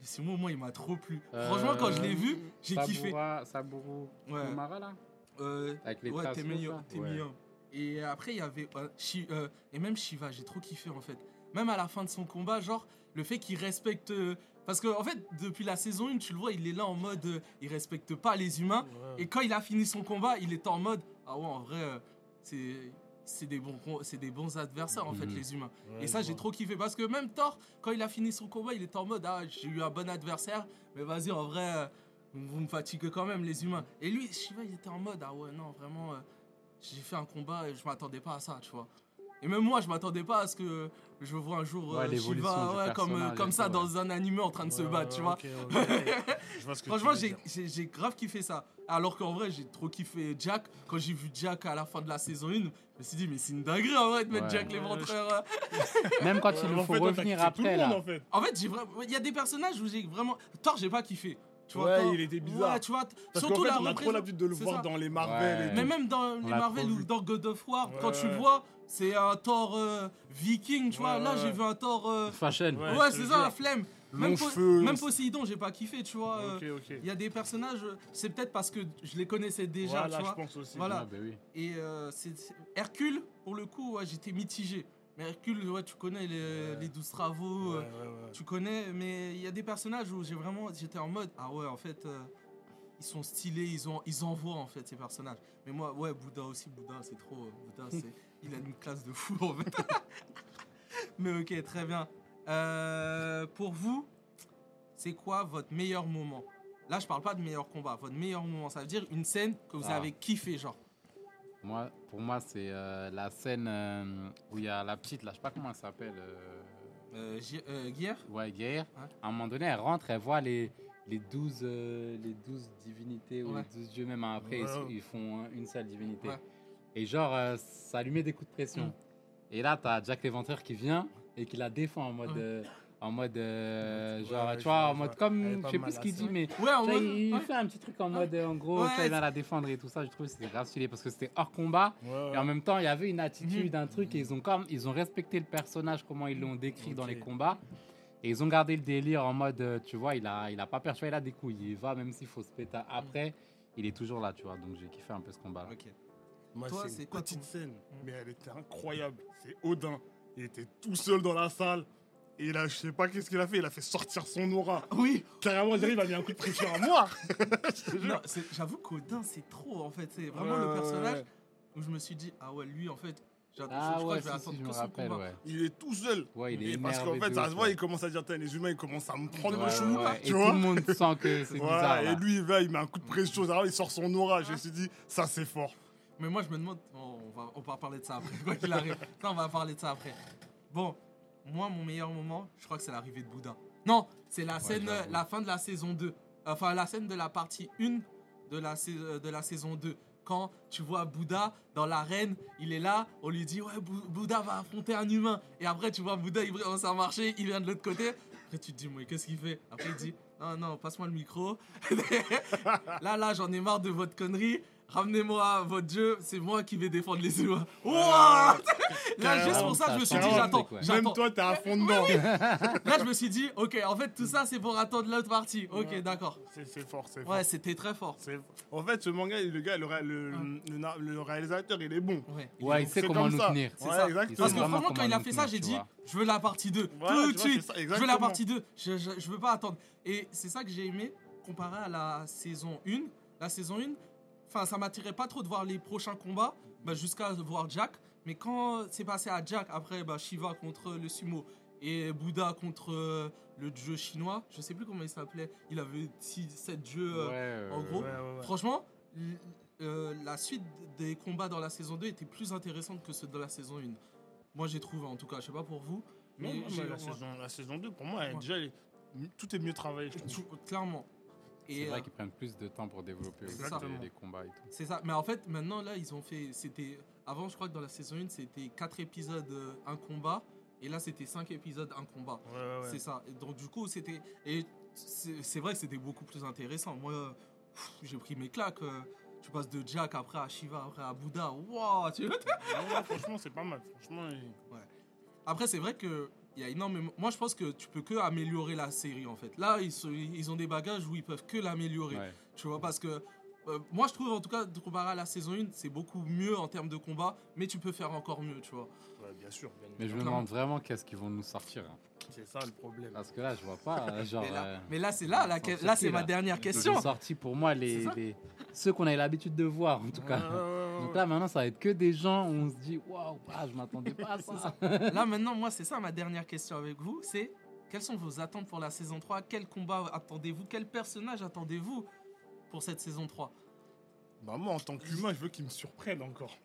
[SPEAKER 4] Le sumo, moi, il m'a trop plu.
[SPEAKER 2] Euh,
[SPEAKER 4] Franchement, quand je l'ai vu, j'ai kiffé.
[SPEAKER 2] Sabura, Saburo,
[SPEAKER 4] Ouais.
[SPEAKER 2] Komara, là
[SPEAKER 4] Euh,
[SPEAKER 2] Avec les
[SPEAKER 4] ouais,
[SPEAKER 2] traces
[SPEAKER 4] t'es
[SPEAKER 2] rouges,
[SPEAKER 4] meilleur.
[SPEAKER 2] là.
[SPEAKER 4] t'es
[SPEAKER 2] Ouais.
[SPEAKER 4] meilleur. Et après, il y avait. euh, Shi- euh, et même Shiva, j'ai trop kiffé en fait. Même à la fin de son combat, genre, le fait qu'il respecte. euh, parce que, en fait, depuis la saison 1, tu le vois, il est là en mode. euh, il respecte pas les humains. Et quand il a fini son combat, il était en mode. Ah ouais, en vrai, euh, c'est. C'est des, bons, con- c'est des bons adversaires en fait,
[SPEAKER 2] Mhm.
[SPEAKER 4] les humains.
[SPEAKER 5] Ouais,
[SPEAKER 4] Et ça,
[SPEAKER 5] je
[SPEAKER 4] j'ai
[SPEAKER 5] vois.
[SPEAKER 4] trop kiffé parce que même Thor, quand il a fini son combat, il était en mode Ah, j'ai eu un bon adversaire, mais vas-y, en vrai, euh, vous me fatiguez quand même, les humains. Et lui, Shiva, il était en mode Ah ouais, non, vraiment, euh, j'ai fait un combat et je m'attendais pas à ça, tu vois. Et même moi, je m'attendais pas à ce que je vois un jour
[SPEAKER 2] Ouais,
[SPEAKER 4] euh,
[SPEAKER 2] l'évolution
[SPEAKER 4] Shiva
[SPEAKER 2] du
[SPEAKER 4] ouais, comme, euh,
[SPEAKER 2] personnage
[SPEAKER 4] comme
[SPEAKER 2] et
[SPEAKER 4] ça
[SPEAKER 2] tout, ouais.
[SPEAKER 4] dans un anime en train de se
[SPEAKER 5] Ouais,
[SPEAKER 4] battre,
[SPEAKER 5] ouais,
[SPEAKER 4] tu vois.
[SPEAKER 5] ok,
[SPEAKER 4] *laughs*
[SPEAKER 5] ok, ok. Je vois ce que tu
[SPEAKER 4] Franchement,
[SPEAKER 5] veux
[SPEAKER 4] j'ai-
[SPEAKER 5] dire.
[SPEAKER 4] j'ai j'ai grave kiffé ça. Alors qu'en vrai, j'ai trop kiffé Jack. Quand j'ai vu Jack à la fin de la saison 1, je me suis dit, mais c'est une dinguerie en vrai de mettre
[SPEAKER 2] Ouais.
[SPEAKER 4] Jack
[SPEAKER 5] Ouais,
[SPEAKER 4] l'éventreur. euh.
[SPEAKER 2] Même quand
[SPEAKER 5] Ouais,
[SPEAKER 2] il
[SPEAKER 5] mais Euh, en
[SPEAKER 2] faut
[SPEAKER 5] fait, toi, t'as
[SPEAKER 2] revenir
[SPEAKER 5] kiffé tout le
[SPEAKER 2] après, là.
[SPEAKER 5] monde, en fait.
[SPEAKER 4] En fait, j'ai vraiment. Il y a des personnages où j'ai vraiment. Thor, j'ai pas kiffé. Tu vois,
[SPEAKER 5] Ouais,
[SPEAKER 4] Thor-
[SPEAKER 5] il était bizarre.
[SPEAKER 4] Ouais, tu vois. t-
[SPEAKER 5] Parce
[SPEAKER 4] surtout
[SPEAKER 5] qu'en fait,
[SPEAKER 4] la
[SPEAKER 5] on a trop
[SPEAKER 4] représent-
[SPEAKER 5] l'habitude de le
[SPEAKER 4] c'est
[SPEAKER 5] voir
[SPEAKER 4] ça.
[SPEAKER 5] dans les Marvel
[SPEAKER 2] Ouais.
[SPEAKER 5] et tout.
[SPEAKER 4] Mais même dans les
[SPEAKER 2] l'a
[SPEAKER 4] Marvel
[SPEAKER 2] trop
[SPEAKER 4] ou
[SPEAKER 2] vu.
[SPEAKER 4] dans God of War, quand tu le
[SPEAKER 5] Ouais.
[SPEAKER 4] vois, c'est un Thor euh, viking, tu vois.
[SPEAKER 5] Ouais,
[SPEAKER 4] Là,
[SPEAKER 5] ouais,
[SPEAKER 4] j'ai
[SPEAKER 5] ouais.
[SPEAKER 4] vu un Thor. euh,
[SPEAKER 2] Fashion.
[SPEAKER 5] Ouais.
[SPEAKER 4] Ouais, c'est
[SPEAKER 5] je te
[SPEAKER 4] ça,
[SPEAKER 5] jure.
[SPEAKER 4] la flemme.
[SPEAKER 5] Long
[SPEAKER 4] Même, Po-
[SPEAKER 5] cheveux,
[SPEAKER 4] même
[SPEAKER 5] long-
[SPEAKER 4] Poséidon, j'ai pas kiffé, tu vois. euh,
[SPEAKER 5] Ok, ok.
[SPEAKER 4] Il y a des personnages, euh, c'est peut-être parce que je les connaissais déjà,
[SPEAKER 5] Voilà,
[SPEAKER 4] tu vois.
[SPEAKER 5] je pense aussi.
[SPEAKER 4] Voilà.
[SPEAKER 2] Ah, bah oui.
[SPEAKER 4] Et euh, c'est- c'est- Hercule, pour le coup, ouais, j'étais mitigé. Mais Hercule, ouais, tu connais les,
[SPEAKER 5] Ouais.
[SPEAKER 4] les douze travaux.
[SPEAKER 5] Ouais,
[SPEAKER 4] euh,
[SPEAKER 5] ouais, ouais.
[SPEAKER 4] tu connais, mais il y a des personnages où j'ai vraiment, j'étais en mode, ah ouais, en fait, euh, ils sont stylés, ils ont, ils envoient en fait ces personnages. Mais moi, ouais, Bouddha aussi, Bouddha, c'est trop, euh, Bouddha, c'est, il a une classe de fou en fait. *laughs* mais ok, très bien. Euh, pour vous, c'est quoi votre meilleur moment Là, je parle pas de meilleur combat, votre meilleur moment, ça veut dire une scène que vous
[SPEAKER 2] Ah.
[SPEAKER 4] avez kiffé, genre.
[SPEAKER 2] Moi, pour moi, c'est euh, la scène euh, où il y a la petite, là, je sais pas comment elle s'appelle. euh,
[SPEAKER 4] Euh, Gi- euh, Guerre
[SPEAKER 2] ouais, guerre.
[SPEAKER 4] Ouais.
[SPEAKER 2] À un moment donné, elle rentre, elle voit les, les, 12, les 12 divinités ou
[SPEAKER 4] Ouais.
[SPEAKER 2] les 12 dieux, même après, ils,
[SPEAKER 5] Ouais.
[SPEAKER 2] ils font hein, une seule divinité.
[SPEAKER 4] Ouais.
[SPEAKER 2] Et genre, euh, ça lui met des coups de pression.
[SPEAKER 4] Mm.
[SPEAKER 2] Et là, t'as Jack l'éventreur qui vient et qui la défend en mode.
[SPEAKER 4] Ouais.
[SPEAKER 2] euh, en mode. euh,
[SPEAKER 5] Ouais,
[SPEAKER 2] genre,
[SPEAKER 5] ouais,
[SPEAKER 2] tu
[SPEAKER 5] je
[SPEAKER 2] vois, en
[SPEAKER 5] vois, je
[SPEAKER 2] mode
[SPEAKER 5] vois. Elle
[SPEAKER 2] comme.
[SPEAKER 5] est
[SPEAKER 2] Je
[SPEAKER 5] pas
[SPEAKER 2] sais plus
[SPEAKER 5] mal,
[SPEAKER 2] ce qu'il
[SPEAKER 5] la
[SPEAKER 2] dit,
[SPEAKER 5] scène.
[SPEAKER 2] mais.
[SPEAKER 4] Ah Ouais, en
[SPEAKER 2] tu vois,
[SPEAKER 4] mode.
[SPEAKER 2] il, il
[SPEAKER 4] ouais.
[SPEAKER 2] fait un petit truc en mode euh, en gros,
[SPEAKER 4] Ouais,
[SPEAKER 2] tu vois, il va
[SPEAKER 4] c'est-
[SPEAKER 2] la défendre et tout ça. Je trouve que c'était grave stylé parce que c'était hors combat et en même temps, il y avait une attitude,
[SPEAKER 4] Mhm.
[SPEAKER 2] un truc, et ils ont, comme, ils ont respecté le personnage, comment ils l'ont décrit dans
[SPEAKER 5] Ok.
[SPEAKER 2] les combats. Et ils ont gardé le délire en mode, euh, tu vois, il a, il a pas perçu, il a des couilles. Il va, même s'il faut se péter après, il est toujours là, tu vois. Donc j'ai kiffé un peu ce combat.
[SPEAKER 4] Ok.
[SPEAKER 5] Moi,
[SPEAKER 4] Toi, Mm.
[SPEAKER 5] c'est
[SPEAKER 4] c'est
[SPEAKER 5] une
[SPEAKER 4] quoi
[SPEAKER 5] petite
[SPEAKER 4] ton-
[SPEAKER 5] scène, mais elle était incroyable. C'est Odin. Il était tout seul dans la salle. Et il a, je sais pas qu'est-ce qu'il a fait, il a fait sortir son aura.
[SPEAKER 4] Oui,
[SPEAKER 5] Carrément, on dirait il a mis un coup de pression à moi.
[SPEAKER 4] Non, c'est- j'avoue qu'Odin, c'est trop en fait. C'est vraiment
[SPEAKER 5] Ouais,
[SPEAKER 4] le
[SPEAKER 5] ouais,
[SPEAKER 4] personnage
[SPEAKER 5] ouais.
[SPEAKER 4] où je me suis dit, ah ouais, lui en fait, j'attends, je-
[SPEAKER 2] Ah
[SPEAKER 4] je crois
[SPEAKER 2] ouais,
[SPEAKER 4] que je
[SPEAKER 2] si,
[SPEAKER 4] vais
[SPEAKER 2] si,
[SPEAKER 4] attendre
[SPEAKER 2] je
[SPEAKER 4] que
[SPEAKER 2] me
[SPEAKER 4] son
[SPEAKER 2] rappelle,
[SPEAKER 4] combat.
[SPEAKER 2] ouais.
[SPEAKER 5] Il est tout seul.
[SPEAKER 2] Ouais, il est
[SPEAKER 5] Et parce qu'en
[SPEAKER 2] énervé
[SPEAKER 5] fait,
[SPEAKER 2] de
[SPEAKER 5] ça
[SPEAKER 2] ouf,
[SPEAKER 5] se voit,
[SPEAKER 2] ouais.
[SPEAKER 5] il commence à dire Tiens, les humains, ils commencent à me prendre
[SPEAKER 2] Ouais,
[SPEAKER 5] le chou.
[SPEAKER 2] ouais, ouais.
[SPEAKER 5] Tu
[SPEAKER 2] Et
[SPEAKER 5] vois
[SPEAKER 2] tout le monde sent que c'est
[SPEAKER 5] Voilà,
[SPEAKER 2] bizarre. là.
[SPEAKER 5] et lui, il va, il met un coup de pression. ça va, Il sort son aura. Je me suis dit Ça, c'est fort.
[SPEAKER 4] Mais moi, je me demande, oh, on, va, on va parler de ça après, *laughs* quoi qu'il arrive. Ça, on va parler de ça après. Bon, moi, mon meilleur moment, je crois que c'est l'arrivée de Boudin. Non, c'est la scène,
[SPEAKER 2] j'avoue.
[SPEAKER 4] euh, la fin de la saison 2. Enfin, la scène de la partie 1 de la, sais- euh, de la saison 2. Quand tu vois Bouddha dans l'arène, il est là, on lui dit Ouais, Bou- Bouddha va affronter un humain. Et après, tu vois Bouddha, il commence à marcher, il vient de l'autre côté. Après, tu te dis Mais qu'est-ce qu'il fait Après, il dit Non, non, passe-moi le micro. *laughs* là, là, j'en ai marre de votre connerie. Ramenez-moi votre dieu, c'est moi qui vais défendre les humains. Ouah Là, juste pour ça, je me suis dit
[SPEAKER 5] Carrément,
[SPEAKER 4] J'attends,
[SPEAKER 2] ouais.
[SPEAKER 4] j'attends.
[SPEAKER 5] Même toi, t'es à fond dedans.
[SPEAKER 4] Là, je me suis dit, ok, en fait, tout ça, c'est pour attendre l'autre partie. Ok,
[SPEAKER 5] Ouais.
[SPEAKER 4] d'accord.
[SPEAKER 5] *laughs* C'est- C'est fort, c'est fort.
[SPEAKER 4] Ouais, c'était très fort.
[SPEAKER 5] C'est- En fait, ce manga, le gars, le, ré- le-
[SPEAKER 4] Ouais.
[SPEAKER 5] le na- le réalisateur, il est bon.
[SPEAKER 4] Ouais.
[SPEAKER 2] Ouais, il
[SPEAKER 5] C'est
[SPEAKER 2] sait
[SPEAKER 5] comme
[SPEAKER 2] comment nous
[SPEAKER 5] ça.
[SPEAKER 2] tenir.
[SPEAKER 4] C'est
[SPEAKER 5] Ouais,
[SPEAKER 4] ça.
[SPEAKER 5] exactement.
[SPEAKER 4] Parce que
[SPEAKER 2] Vraiment
[SPEAKER 4] franchement, quand
[SPEAKER 2] comment
[SPEAKER 4] il a
[SPEAKER 2] nous
[SPEAKER 4] fait
[SPEAKER 2] tenir,
[SPEAKER 4] ça, j'ai
[SPEAKER 2] tu
[SPEAKER 4] dit,
[SPEAKER 2] vois.
[SPEAKER 4] je veux la partie 2.
[SPEAKER 5] Voilà,
[SPEAKER 4] tout
[SPEAKER 5] tu
[SPEAKER 4] de
[SPEAKER 5] vois, c'est
[SPEAKER 4] suite.
[SPEAKER 5] ça,
[SPEAKER 4] je veux la
[SPEAKER 5] exactement.
[SPEAKER 4] partie 2. Je, je, je veux pas attendre. Et c'est ça que j'ai aimé comparé à la saison 1. La saison 1, enfin, ça m'attirait pas trop de voir les prochains combats bah, jusqu'à voir Jack. Mais quand c'est passé à Jack, après bah, Shiva contre le sumo et Bouddha contre euh, le dieu chinois, je sais plus comment il s'appelait. Il avait 7 dieux. euh,
[SPEAKER 2] Ouais,
[SPEAKER 4] en
[SPEAKER 2] euh,
[SPEAKER 4] gros,
[SPEAKER 5] Ouais, ouais, ouais.
[SPEAKER 4] Franchement, l- euh, la suite des combats dans la saison 2 était plus intéressante que ceux de la saison 1. Moi, j'ai trouvé, en tout cas, je sais pas pour vous.
[SPEAKER 5] Non, non,
[SPEAKER 4] j'ai-
[SPEAKER 5] mais la,
[SPEAKER 4] ouais,
[SPEAKER 5] saison, la saison 2, pour moi, elle,
[SPEAKER 4] Ouais.
[SPEAKER 5] déjà, elle est- tout est mieux travaillé, je trouve.
[SPEAKER 4] tout- clairement.
[SPEAKER 2] C'est
[SPEAKER 4] Et euh,
[SPEAKER 2] vrai qu'ils prennent plus de temps pour développer aussi
[SPEAKER 4] ça.
[SPEAKER 2] les, les combats et tout.
[SPEAKER 4] c'est ça. Mais en fait, maintenant, là, ils ont fait. C'était. Avant, je crois que dans la saison 1, c'était 4 épisodes, euh, un combat. Et là, c'était 5 épisodes, un combat.
[SPEAKER 5] Ouais, ouais, ouais.
[SPEAKER 4] C'est ça. Et donc, du coup, c'était. Et c'est c'est vrai que c'était beaucoup plus intéressant. Moi, euh, pff, j'ai pris mes claques. euh, Tu passes de Jack après à Shiva, après à Bouddha. Waouh! Tu
[SPEAKER 5] Ouais, ouais, franchement, c'est pas mal. Franchement, il-
[SPEAKER 4] Après, c'est vrai que il y a énormément. Moi, je pense que tu peux que améliorer la série en fait. Là, ils, se- ils ont des bagages où ils peuvent que l'améliorer.
[SPEAKER 2] Ouais.
[SPEAKER 4] Tu vois, parce que euh, moi, je trouve en tout cas, comparé à la saison 1, c'est beaucoup mieux en termes de combat, mais tu peux faire encore mieux, tu vois.
[SPEAKER 5] ouais, bien sûr. bien
[SPEAKER 2] Mais je me
[SPEAKER 5] évidemment.
[SPEAKER 2] demande vraiment qu'est-ce qu'ils vont nous sortir. hein.
[SPEAKER 5] C'est ça le problème.
[SPEAKER 2] Parce que là, je vois pas.
[SPEAKER 5] *laughs*
[SPEAKER 2] euh, Genre,
[SPEAKER 4] mais là,
[SPEAKER 2] euh,
[SPEAKER 4] mais là, c'est là, la que-
[SPEAKER 2] sortir
[SPEAKER 4] là,
[SPEAKER 2] qui,
[SPEAKER 4] c'est ma
[SPEAKER 2] là
[SPEAKER 4] dernière
[SPEAKER 2] Ils
[SPEAKER 4] question.
[SPEAKER 2] ont sorti pour moi les,
[SPEAKER 4] C'est ça
[SPEAKER 2] les- ceux qu'on avait l'habitude de voir en tout cas.
[SPEAKER 5] Ouais, ouais, ouais,
[SPEAKER 2] Donc
[SPEAKER 5] ouais.
[SPEAKER 2] là maintenant ça va être que des gens où on se dit waouh, ah, je m'attendais pas à ça.
[SPEAKER 4] Là, maintenant, moi, c'est ça ma dernière question avec vous. C'est quelles sont vos attentes pour la saison 3 Quel combat attendez-vous Quel personnage attendez-vous pour cette saison 3
[SPEAKER 5] Bah, moi, en tant qu'humain, je veux qu'il me surprenne encore.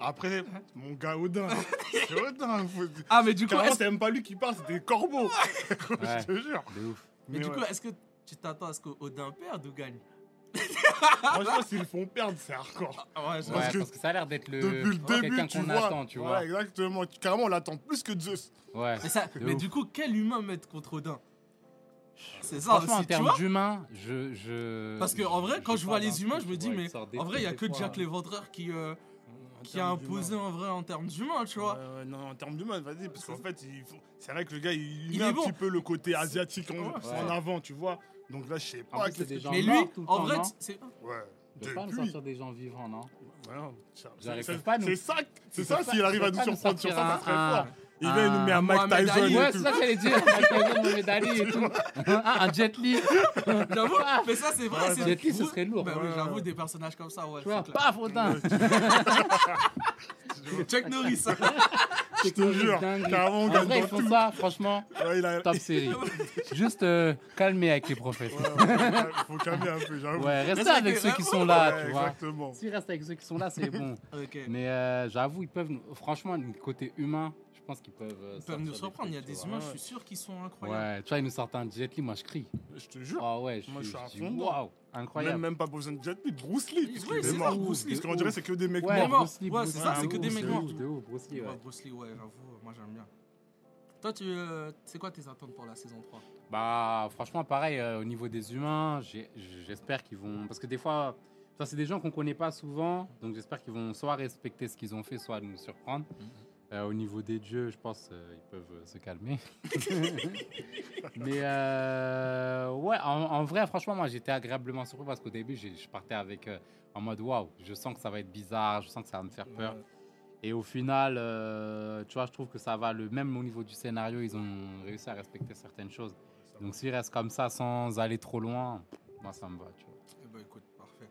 [SPEAKER 5] Après, mon
[SPEAKER 4] *laughs*
[SPEAKER 5] gars Odin. c'est Odin. Faut...
[SPEAKER 4] Ah, mais du coup,
[SPEAKER 5] Carrément,
[SPEAKER 4] est-ce,
[SPEAKER 5] t'aimes pas lui qui parle, c'est des corbeaux.
[SPEAKER 2] Ouais.
[SPEAKER 5] *laughs* je te jure.
[SPEAKER 2] De ouf.
[SPEAKER 4] mais du
[SPEAKER 5] ouais. *laughs*
[SPEAKER 4] coup, est-ce que tu t'attends à ce qu'Odin perde ou gagne
[SPEAKER 5] franchement, s'ils le font perdre, c'est hardcore.
[SPEAKER 4] Ah ouais, je-
[SPEAKER 2] Ouais,
[SPEAKER 5] Parce
[SPEAKER 2] parce,
[SPEAKER 5] que
[SPEAKER 2] que, ça a l'air d'être le,
[SPEAKER 5] Depuis le
[SPEAKER 2] Euh, quelqu'un
[SPEAKER 5] début, tu
[SPEAKER 2] qu'on
[SPEAKER 5] vois.
[SPEAKER 2] attend, tu
[SPEAKER 5] Ouais,
[SPEAKER 2] vois.
[SPEAKER 5] exactement. Carrément, on l'attend plus que Zeus.
[SPEAKER 2] Ouais.
[SPEAKER 4] Mais, ça- mais
[SPEAKER 2] ouf.
[SPEAKER 4] du coup, quel humain mettre contre Odin C'est ça
[SPEAKER 2] Franchement en
[SPEAKER 4] aussi, tu
[SPEAKER 2] termes
[SPEAKER 4] vois
[SPEAKER 2] d'humains, je, je.
[SPEAKER 4] Parce que en vrai,
[SPEAKER 2] Euh, je-
[SPEAKER 4] quand
[SPEAKER 2] je
[SPEAKER 4] je vois
[SPEAKER 2] parle d'un
[SPEAKER 4] les humains,
[SPEAKER 2] truc,
[SPEAKER 4] je me
[SPEAKER 2] tu
[SPEAKER 4] dis,
[SPEAKER 2] vois, ils
[SPEAKER 4] mais
[SPEAKER 2] sortent des
[SPEAKER 4] en vrai, il y a
[SPEAKER 2] trucs, des
[SPEAKER 4] que
[SPEAKER 2] fois, hein.
[SPEAKER 4] Jack l'éventreur qui, euh,
[SPEAKER 5] En
[SPEAKER 4] qui a
[SPEAKER 5] termes
[SPEAKER 4] imposé
[SPEAKER 5] d'humain.
[SPEAKER 4] en vrai en termes d'humain, tu vois.
[SPEAKER 5] Ouais, ouais, non, en termes d'humain, vas-y, parce
[SPEAKER 4] C'est
[SPEAKER 5] qu'en
[SPEAKER 4] ça.
[SPEAKER 5] fait, il faut- c'est vrai que le gars, il,
[SPEAKER 4] Il
[SPEAKER 5] met
[SPEAKER 4] est
[SPEAKER 5] un
[SPEAKER 4] bon.
[SPEAKER 5] petit peu le côté asiatique en,
[SPEAKER 4] Ouais,
[SPEAKER 5] en
[SPEAKER 2] c'est ça.
[SPEAKER 5] avant, tu vois. Donc là, je sais
[SPEAKER 2] En
[SPEAKER 5] pas.
[SPEAKER 2] plus, c'est
[SPEAKER 5] qu'est-ce
[SPEAKER 2] des
[SPEAKER 5] que-
[SPEAKER 2] gens
[SPEAKER 4] Mais lui,
[SPEAKER 2] morts tout le
[SPEAKER 4] en
[SPEAKER 2] temps,
[SPEAKER 4] vrai,
[SPEAKER 2] non
[SPEAKER 4] t- c'est
[SPEAKER 5] Ouais,
[SPEAKER 2] Ils peuvent pas nous
[SPEAKER 5] depuis.
[SPEAKER 2] sortir des gens vivants, non
[SPEAKER 5] Voilà, ça-
[SPEAKER 2] Ils arrivent
[SPEAKER 5] c'est-
[SPEAKER 2] pas à nous-
[SPEAKER 5] C'est ça, c'est
[SPEAKER 2] ils
[SPEAKER 5] ça,
[SPEAKER 2] peuvent pas-
[SPEAKER 5] s'il arrive
[SPEAKER 2] ils
[SPEAKER 5] à
[SPEAKER 2] peuvent
[SPEAKER 5] nous
[SPEAKER 2] pas nous
[SPEAKER 5] surprendre sur
[SPEAKER 2] sortir
[SPEAKER 5] ça, ça
[SPEAKER 2] un-
[SPEAKER 5] serait
[SPEAKER 2] un-
[SPEAKER 5] fort. Il vient, il nous met un Mike
[SPEAKER 4] Mohamed
[SPEAKER 5] Tyson
[SPEAKER 4] Ali,
[SPEAKER 5] et
[SPEAKER 2] Ouais,
[SPEAKER 5] tout.
[SPEAKER 2] c'est ça que j'allais dire. Mike Tyson, Mohamed Ali et tout. Ah, un Jet Li.
[SPEAKER 4] J'avoue, mais ça c'est vrai.
[SPEAKER 5] Ouais,
[SPEAKER 4] c'est-
[SPEAKER 2] Jet Li, ce
[SPEAKER 4] vous-
[SPEAKER 2] serait lourd.
[SPEAKER 4] Bah oui,
[SPEAKER 5] Ouais.
[SPEAKER 4] J'avoue, des personnages
[SPEAKER 2] *laughs*
[SPEAKER 4] comme ça, ouais.
[SPEAKER 2] Tu vois,
[SPEAKER 4] c'est clair.
[SPEAKER 2] paf, Odin. *laughs*
[SPEAKER 4] Chuck Norris. hein.
[SPEAKER 5] Je te
[SPEAKER 2] technologie
[SPEAKER 5] jure,
[SPEAKER 2] dingue.
[SPEAKER 5] carrément, on
[SPEAKER 2] En
[SPEAKER 5] gagne
[SPEAKER 2] vrai,
[SPEAKER 5] dans
[SPEAKER 2] ils font
[SPEAKER 5] tout.
[SPEAKER 2] ça, franchement,
[SPEAKER 5] Ouais, il a-
[SPEAKER 2] top série. Juste euh, calmer avec les prophètes.
[SPEAKER 5] Ouais, faut calmer un peu, j'avoue.
[SPEAKER 2] Ouais, restez
[SPEAKER 4] Restez
[SPEAKER 2] avec
[SPEAKER 4] avec
[SPEAKER 2] ceux
[SPEAKER 4] eux.
[SPEAKER 2] qui sont là,
[SPEAKER 5] Ouais,
[SPEAKER 2] tu vois.
[SPEAKER 5] Exactement.
[SPEAKER 2] Si reste avec ceux qui sont là, c'est bon.
[SPEAKER 4] Ok.
[SPEAKER 2] Mais euh, j'avoue, ils peuvent, nous- franchement, du côté humain, je pense qu'ils peuvent. euh,
[SPEAKER 4] Ils
[SPEAKER 2] sortir
[SPEAKER 4] peuvent nous
[SPEAKER 2] des
[SPEAKER 4] surprendre. Il y a
[SPEAKER 2] trucs,
[SPEAKER 4] des
[SPEAKER 2] tu
[SPEAKER 4] humains,
[SPEAKER 2] vois.
[SPEAKER 4] je suis sûr qu'ils sont incroyables.
[SPEAKER 2] Ouais, tu vois, ils nous sortent un jet Li, moi je crie.
[SPEAKER 5] Je te jure.
[SPEAKER 2] Ah ouais, je
[SPEAKER 5] Moi,
[SPEAKER 2] suis
[SPEAKER 5] je suis à
[SPEAKER 2] je dis,
[SPEAKER 5] fond dedans.
[SPEAKER 2] Waouh,
[SPEAKER 5] Même,
[SPEAKER 2] incroyable.
[SPEAKER 5] même pas besoin de Jet Li, Bruce Lee. parce
[SPEAKER 4] Ouais,
[SPEAKER 5] qu'il
[SPEAKER 4] c'est
[SPEAKER 5] est mort,
[SPEAKER 4] ouf,
[SPEAKER 5] Bruce
[SPEAKER 2] de
[SPEAKER 5] Lee. Parce qu'on dirait
[SPEAKER 2] ouf.
[SPEAKER 5] que c'est que des mecs
[SPEAKER 2] Ouais,
[SPEAKER 5] morts.
[SPEAKER 2] Bruce Lee,
[SPEAKER 4] Ouais,
[SPEAKER 2] Bruce
[SPEAKER 4] c'est
[SPEAKER 2] Lee, Ah,
[SPEAKER 5] ça, c'est
[SPEAKER 2] de
[SPEAKER 5] que
[SPEAKER 2] ouf,
[SPEAKER 5] des
[SPEAKER 2] de
[SPEAKER 5] mecs
[SPEAKER 2] ouf,
[SPEAKER 4] morts.
[SPEAKER 2] De ouf, Bruce Lee,
[SPEAKER 4] Ouais,
[SPEAKER 2] ouais.
[SPEAKER 4] Bruce Lee, ouais, j'avoue, moi j'aime bien. Toi, tu, euh, c'est quoi tes attentes pour la saison 3
[SPEAKER 2] Bah, franchement, pareil, euh, au niveau des humains, j'ai- j'espère qu'ils vont. Parce que des fois, ça, c'est des gens qu'on connaît pas souvent, donc j'espère qu'ils vont soit respecter ce qu'ils ont fait, soit nous surprendre. Euh, au niveau des dieux, je pense euh, ils peuvent euh, se calmer. *laughs* Mais euh, ouais, en, en vrai, franchement, moi j'étais agréablement surpris parce qu'au début, j'ai- je partais avec euh, en mode waouh, je sens que ça va être bizarre, je sens que ça va me faire peur. Et au final, euh, tu vois, je trouve que ça va. Le même au niveau du scénario, ils ont réussi à respecter certaines choses. Donc s'ils restent comme ça sans aller trop loin, moi ça me va. Tu vois.
[SPEAKER 4] Eh ben écoute, parfait.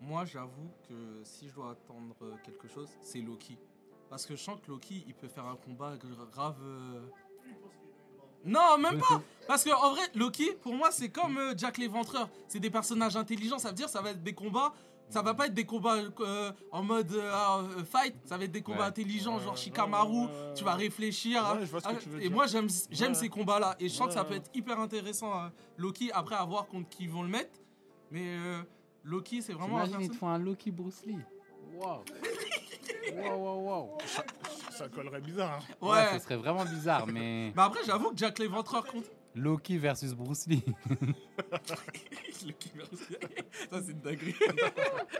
[SPEAKER 4] Moi, j'avoue que si je dois attendre euh, quelque chose, c'est Loki. Parce que je sens que Loki, il peut faire un combat gra- grave. euh, Non, même pas Parce que en vrai, Loki, pour moi, c'est comme euh, Jack l'Éventreur. C'est des personnages intelligents, ça veut dire ça va être des combats. Ça va pas être des combats euh, en mode euh, ah, euh, fight, ça va être des combats
[SPEAKER 2] Ouais.
[SPEAKER 4] intelligents,
[SPEAKER 5] Ouais,
[SPEAKER 4] genre
[SPEAKER 5] ouais,
[SPEAKER 4] Shikamaru,
[SPEAKER 5] ouais, ouais,
[SPEAKER 4] tu vas
[SPEAKER 5] ouais.
[SPEAKER 4] réfléchir.
[SPEAKER 5] Ouais, je vois ce que
[SPEAKER 4] Ah,
[SPEAKER 5] tu veux
[SPEAKER 4] et
[SPEAKER 5] dire.
[SPEAKER 4] moi, j'aime j'aime
[SPEAKER 5] Ouais.
[SPEAKER 4] ces combats-là. Et je sens que ça
[SPEAKER 5] Ouais,
[SPEAKER 4] peut
[SPEAKER 5] ouais.
[SPEAKER 4] être hyper intéressant, hein. Loki, après à voir contre qui ils vont le mettre. Mais euh, Loki, c'est vraiment la
[SPEAKER 2] T'imagines, ils te
[SPEAKER 4] personne-
[SPEAKER 2] font un Loki Bruce Lee. *laughs* Waouh. Waouh, waouh, waouh.
[SPEAKER 5] Ça collerait bizarre. hein.
[SPEAKER 4] Ouais.
[SPEAKER 2] Ouais. ça serait vraiment bizarre, mais
[SPEAKER 4] Mais après, j'avoue que Jack l'éventreur contre.
[SPEAKER 2] Loki versus Bruce
[SPEAKER 4] *laughs*
[SPEAKER 2] Lee.
[SPEAKER 4] Loki versus- Ça, c'est une dinguerie.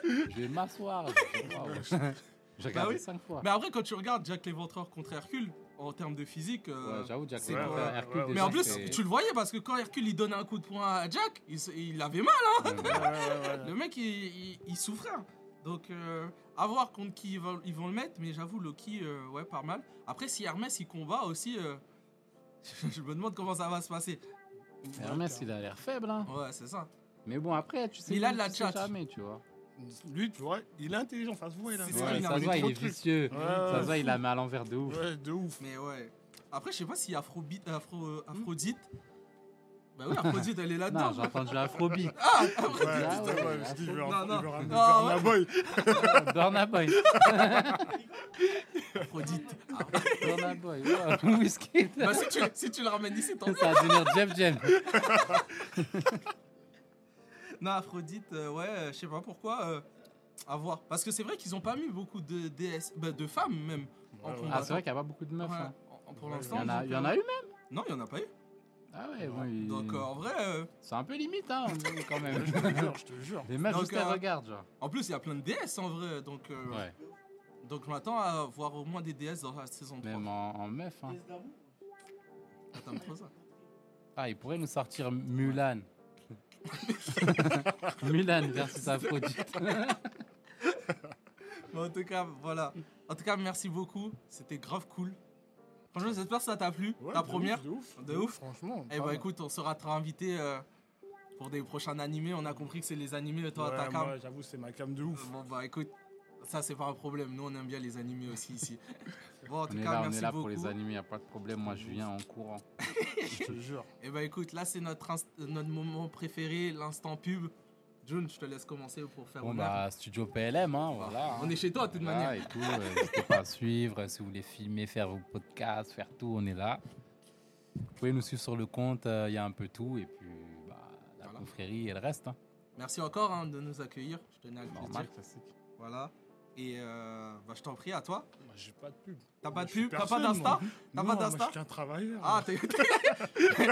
[SPEAKER 2] je vais m'asseoir. Waouh. *laughs* J'ai regardé
[SPEAKER 4] Bah oui.
[SPEAKER 2] cinq fois.
[SPEAKER 4] *laughs* Mais après, quand tu regardes Jack l'éventreur contre Hercule, en termes de physique. euh,
[SPEAKER 2] Ouais, j'avoue, Jack
[SPEAKER 4] c'est
[SPEAKER 2] Lemon,
[SPEAKER 4] quoi
[SPEAKER 2] frère, Hercule,
[SPEAKER 5] Mais
[SPEAKER 4] mais
[SPEAKER 2] déjà,
[SPEAKER 4] en plus,
[SPEAKER 2] c'est-
[SPEAKER 4] tu le voyais parce que quand Hercule il donnait un coup de poing à Jack, il, se- il avait mal. *laughs*
[SPEAKER 5] Ouais, ouais, ouais.
[SPEAKER 4] Le mec, il, il- il souffrait. hein. Donc, euh, à voir contre qui ils vont, ils vont le mettre. Mais j'avoue, Loki, euh, ouais, pas mal. Après, si Hermès il combat aussi, euh, *laughs* je me demande comment ça va se passer.
[SPEAKER 2] Hermès, il a l'air faible, hein.
[SPEAKER 4] Ouais, c'est ça.
[SPEAKER 2] Mais bon, après, tu sais,
[SPEAKER 4] Il a
[SPEAKER 2] lui,
[SPEAKER 4] de la
[SPEAKER 2] tu sais
[SPEAKER 4] chatte.
[SPEAKER 2] jamais, tu vois.
[SPEAKER 5] Lui, tu vois, il est intelligent, ça se voit. Il est
[SPEAKER 4] C'est
[SPEAKER 5] intelligent.
[SPEAKER 4] ça,
[SPEAKER 2] Ouais,
[SPEAKER 4] il
[SPEAKER 2] ça
[SPEAKER 4] a
[SPEAKER 2] se
[SPEAKER 4] enlevé
[SPEAKER 2] voit, il
[SPEAKER 4] trop
[SPEAKER 2] est
[SPEAKER 4] de trucs.
[SPEAKER 2] vicieux.
[SPEAKER 5] Ouais,
[SPEAKER 2] Ça se
[SPEAKER 5] ouais,
[SPEAKER 2] voit, il la met à l'envers de ouf.
[SPEAKER 5] Ouais, de ouf.
[SPEAKER 4] Mais ouais. Après, je sais pas si Afrobi- Afro, euh, Aphrodite. Bah oui, Aphrodite, elle est là-dedans. *laughs*
[SPEAKER 2] Non, j'ai entendu Afrobeat.
[SPEAKER 5] Ouais,
[SPEAKER 2] Ah
[SPEAKER 5] putain,
[SPEAKER 2] ouais,
[SPEAKER 5] ouais, je me suis dit, il veut
[SPEAKER 4] Non,
[SPEAKER 5] un-
[SPEAKER 4] non.
[SPEAKER 5] il veut ramener
[SPEAKER 4] Ah
[SPEAKER 5] Burna Boy.
[SPEAKER 2] Burna Boy.
[SPEAKER 4] Aphrodite. Ah,
[SPEAKER 2] Burna Boy. Wow. *laughs* Whisky.
[SPEAKER 4] bah, si tu, si tu le ramènes ici, tant mieux.
[SPEAKER 2] Ça va devenir Jeff Jeff.
[SPEAKER 4] Non, Aphrodite, euh, ouais, euh, je sais pas pourquoi. euh, à voir. Parce que c'est vrai qu'ils ont pas mis beaucoup de déesses, bah, de femmes même. en
[SPEAKER 5] Ouais,
[SPEAKER 4] combat.
[SPEAKER 2] Ah, c'est vrai qu'il n'y a pas beaucoup de meufs.
[SPEAKER 4] Ouais,
[SPEAKER 2] hein.
[SPEAKER 4] en- en- pour
[SPEAKER 5] Ouais,
[SPEAKER 2] Il y
[SPEAKER 4] l'instant.
[SPEAKER 2] en a-
[SPEAKER 4] j'ai
[SPEAKER 2] il y
[SPEAKER 4] pas-
[SPEAKER 2] en a eu même.
[SPEAKER 4] Non, il y en a pas eu.
[SPEAKER 2] Ah ouais, bon, il-
[SPEAKER 4] Donc euh, en vrai, euh,
[SPEAKER 2] c'est un peu limite, hein, quand
[SPEAKER 4] *laughs*
[SPEAKER 2] même.
[SPEAKER 5] Je te jure, je te jure.
[SPEAKER 2] Les meufs,
[SPEAKER 4] Donc,
[SPEAKER 2] juste, elles
[SPEAKER 4] euh,
[SPEAKER 2] regardent, genre.
[SPEAKER 4] en plus il y a plein de DS en vrai, donc euh,
[SPEAKER 2] Ouais,
[SPEAKER 4] donc je m'attends à voir au moins des DS dans la saison 3.
[SPEAKER 2] même en, en meuf. Hein.
[SPEAKER 4] Attends, trop ça.
[SPEAKER 2] Ah, ils pourraient nous sortir
[SPEAKER 4] *laughs*
[SPEAKER 2] Mulan. Mulan versus Aphrodite.
[SPEAKER 4] Mais en tout cas, voilà. En tout cas, merci beaucoup. C'était grave cool. Franchement, j'espère que ça t'a plu.
[SPEAKER 5] Ouais,
[SPEAKER 4] ta
[SPEAKER 5] de
[SPEAKER 4] première.
[SPEAKER 5] ouf, De ouf.
[SPEAKER 4] De ouf.
[SPEAKER 5] Franchement.
[SPEAKER 4] Eh bah écoute, on sera très invité euh, pour des prochains animés. On a compris que c'est les animés, toi, ta cam.
[SPEAKER 5] moi, j'avoue, c'est ma cam de ouf.
[SPEAKER 4] Bon bah écoute, ça c'est pas un problème. Nous on aime bien les animés
[SPEAKER 2] *laughs*
[SPEAKER 4] aussi ici. Bon en
[SPEAKER 2] On
[SPEAKER 4] tout
[SPEAKER 2] est
[SPEAKER 4] cas,
[SPEAKER 2] là, on
[SPEAKER 4] merci
[SPEAKER 2] est là
[SPEAKER 4] beaucoup.
[SPEAKER 2] pour les animés, il a pas de problème. Moi, je viens en courant.
[SPEAKER 5] Je te jure.
[SPEAKER 4] Eh bah écoute, là c'est notre, inst- notre moment préféré, l'instant pub. June, je te laisse commencer pour faire
[SPEAKER 2] Bon,
[SPEAKER 4] honneur.
[SPEAKER 2] bah, studio PLM, hein,
[SPEAKER 4] Bah,
[SPEAKER 2] voilà.
[SPEAKER 4] On
[SPEAKER 2] hein.
[SPEAKER 4] est chez toi de toute
[SPEAKER 2] Voilà,
[SPEAKER 4] manière.
[SPEAKER 2] et tout. euh, N'hésitez pas à suivre. euh, Si vous voulez filmer, faire vos podcasts, faire tout, on est là. Vous pouvez nous suivre sur le compte, euh, il y a un peu tout. Et puis, bah, la
[SPEAKER 4] Voilà.
[SPEAKER 2] confrérie, elle reste. Hein.
[SPEAKER 4] Merci encore hein, de nous accueillir. Je tenais à le
[SPEAKER 2] Normal.
[SPEAKER 4] dire. Voilà. Et euh, bah, je t'en prie à toi.
[SPEAKER 5] Moi, j'ai pas de pub.
[SPEAKER 4] T'as pas de
[SPEAKER 5] Je suis
[SPEAKER 4] pub, t'as pas
[SPEAKER 5] personne,
[SPEAKER 4] d'insta.
[SPEAKER 5] moi.
[SPEAKER 4] T'as
[SPEAKER 5] Non,
[SPEAKER 4] pas
[SPEAKER 5] moi,
[SPEAKER 4] d'Insta
[SPEAKER 5] Je suis qu'un travailleur.
[SPEAKER 4] Ah,
[SPEAKER 5] *laughs*
[SPEAKER 4] t'es. *laughs*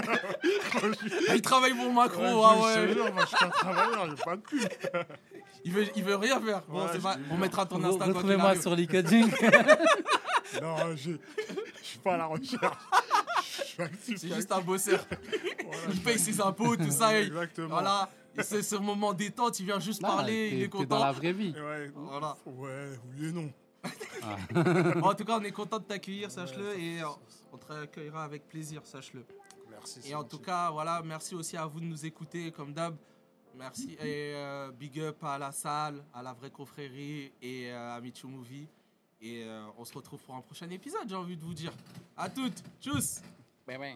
[SPEAKER 4] Ah, il travaille pour Macron,
[SPEAKER 5] Ouais,
[SPEAKER 4] ah
[SPEAKER 5] je- je te
[SPEAKER 4] ouais.
[SPEAKER 5] jure, moi, je suis qu'un travailleur, j'ai pas de pub.
[SPEAKER 4] Il veut, il veut rien faire. Bon,
[SPEAKER 5] Ouais,
[SPEAKER 4] c'est
[SPEAKER 5] je
[SPEAKER 4] pas.
[SPEAKER 5] te jure.
[SPEAKER 4] On mettra ton
[SPEAKER 2] Re-
[SPEAKER 4] Insta quand il
[SPEAKER 2] Retrouvez-moi
[SPEAKER 4] arrive.
[SPEAKER 2] sur
[SPEAKER 4] *laughs*
[SPEAKER 2] LinkedIn.
[SPEAKER 5] Non, j'ai- je suis pas à la recherche. Je suis actif.
[SPEAKER 4] C'est juste un
[SPEAKER 5] *laughs*
[SPEAKER 4] bosseur.
[SPEAKER 5] Voilà,
[SPEAKER 4] Il paye ses impôts, tout ça. et-
[SPEAKER 5] Exactement.
[SPEAKER 4] Voilà. Et C'est ce moment détente, il vient juste parler,
[SPEAKER 2] Ah, t'es-
[SPEAKER 4] il est
[SPEAKER 2] t'es dans la
[SPEAKER 4] content.
[SPEAKER 2] vraie vie.
[SPEAKER 5] Et Ouais,
[SPEAKER 4] Voilà.
[SPEAKER 5] ouais, oui et non.
[SPEAKER 4] Bon, *laughs* en tout cas, on est content de t'accueillir, sache-le,
[SPEAKER 5] Ouais,
[SPEAKER 4] et euh,
[SPEAKER 5] ça-
[SPEAKER 4] on te accueillera avec plaisir, sache-le.
[SPEAKER 5] Merci. c'est
[SPEAKER 4] Et en
[SPEAKER 5] gentil.
[SPEAKER 4] tout cas, voilà, merci aussi à vous de nous écouter, comme d'hab. Merci et euh, big up à la salle, à la vraie confrérie et euh, à Michu Movie. Et euh, on se retrouve pour un prochain épisode, j'ai envie de vous dire. À toutes, tchuss
[SPEAKER 1] Bye bye.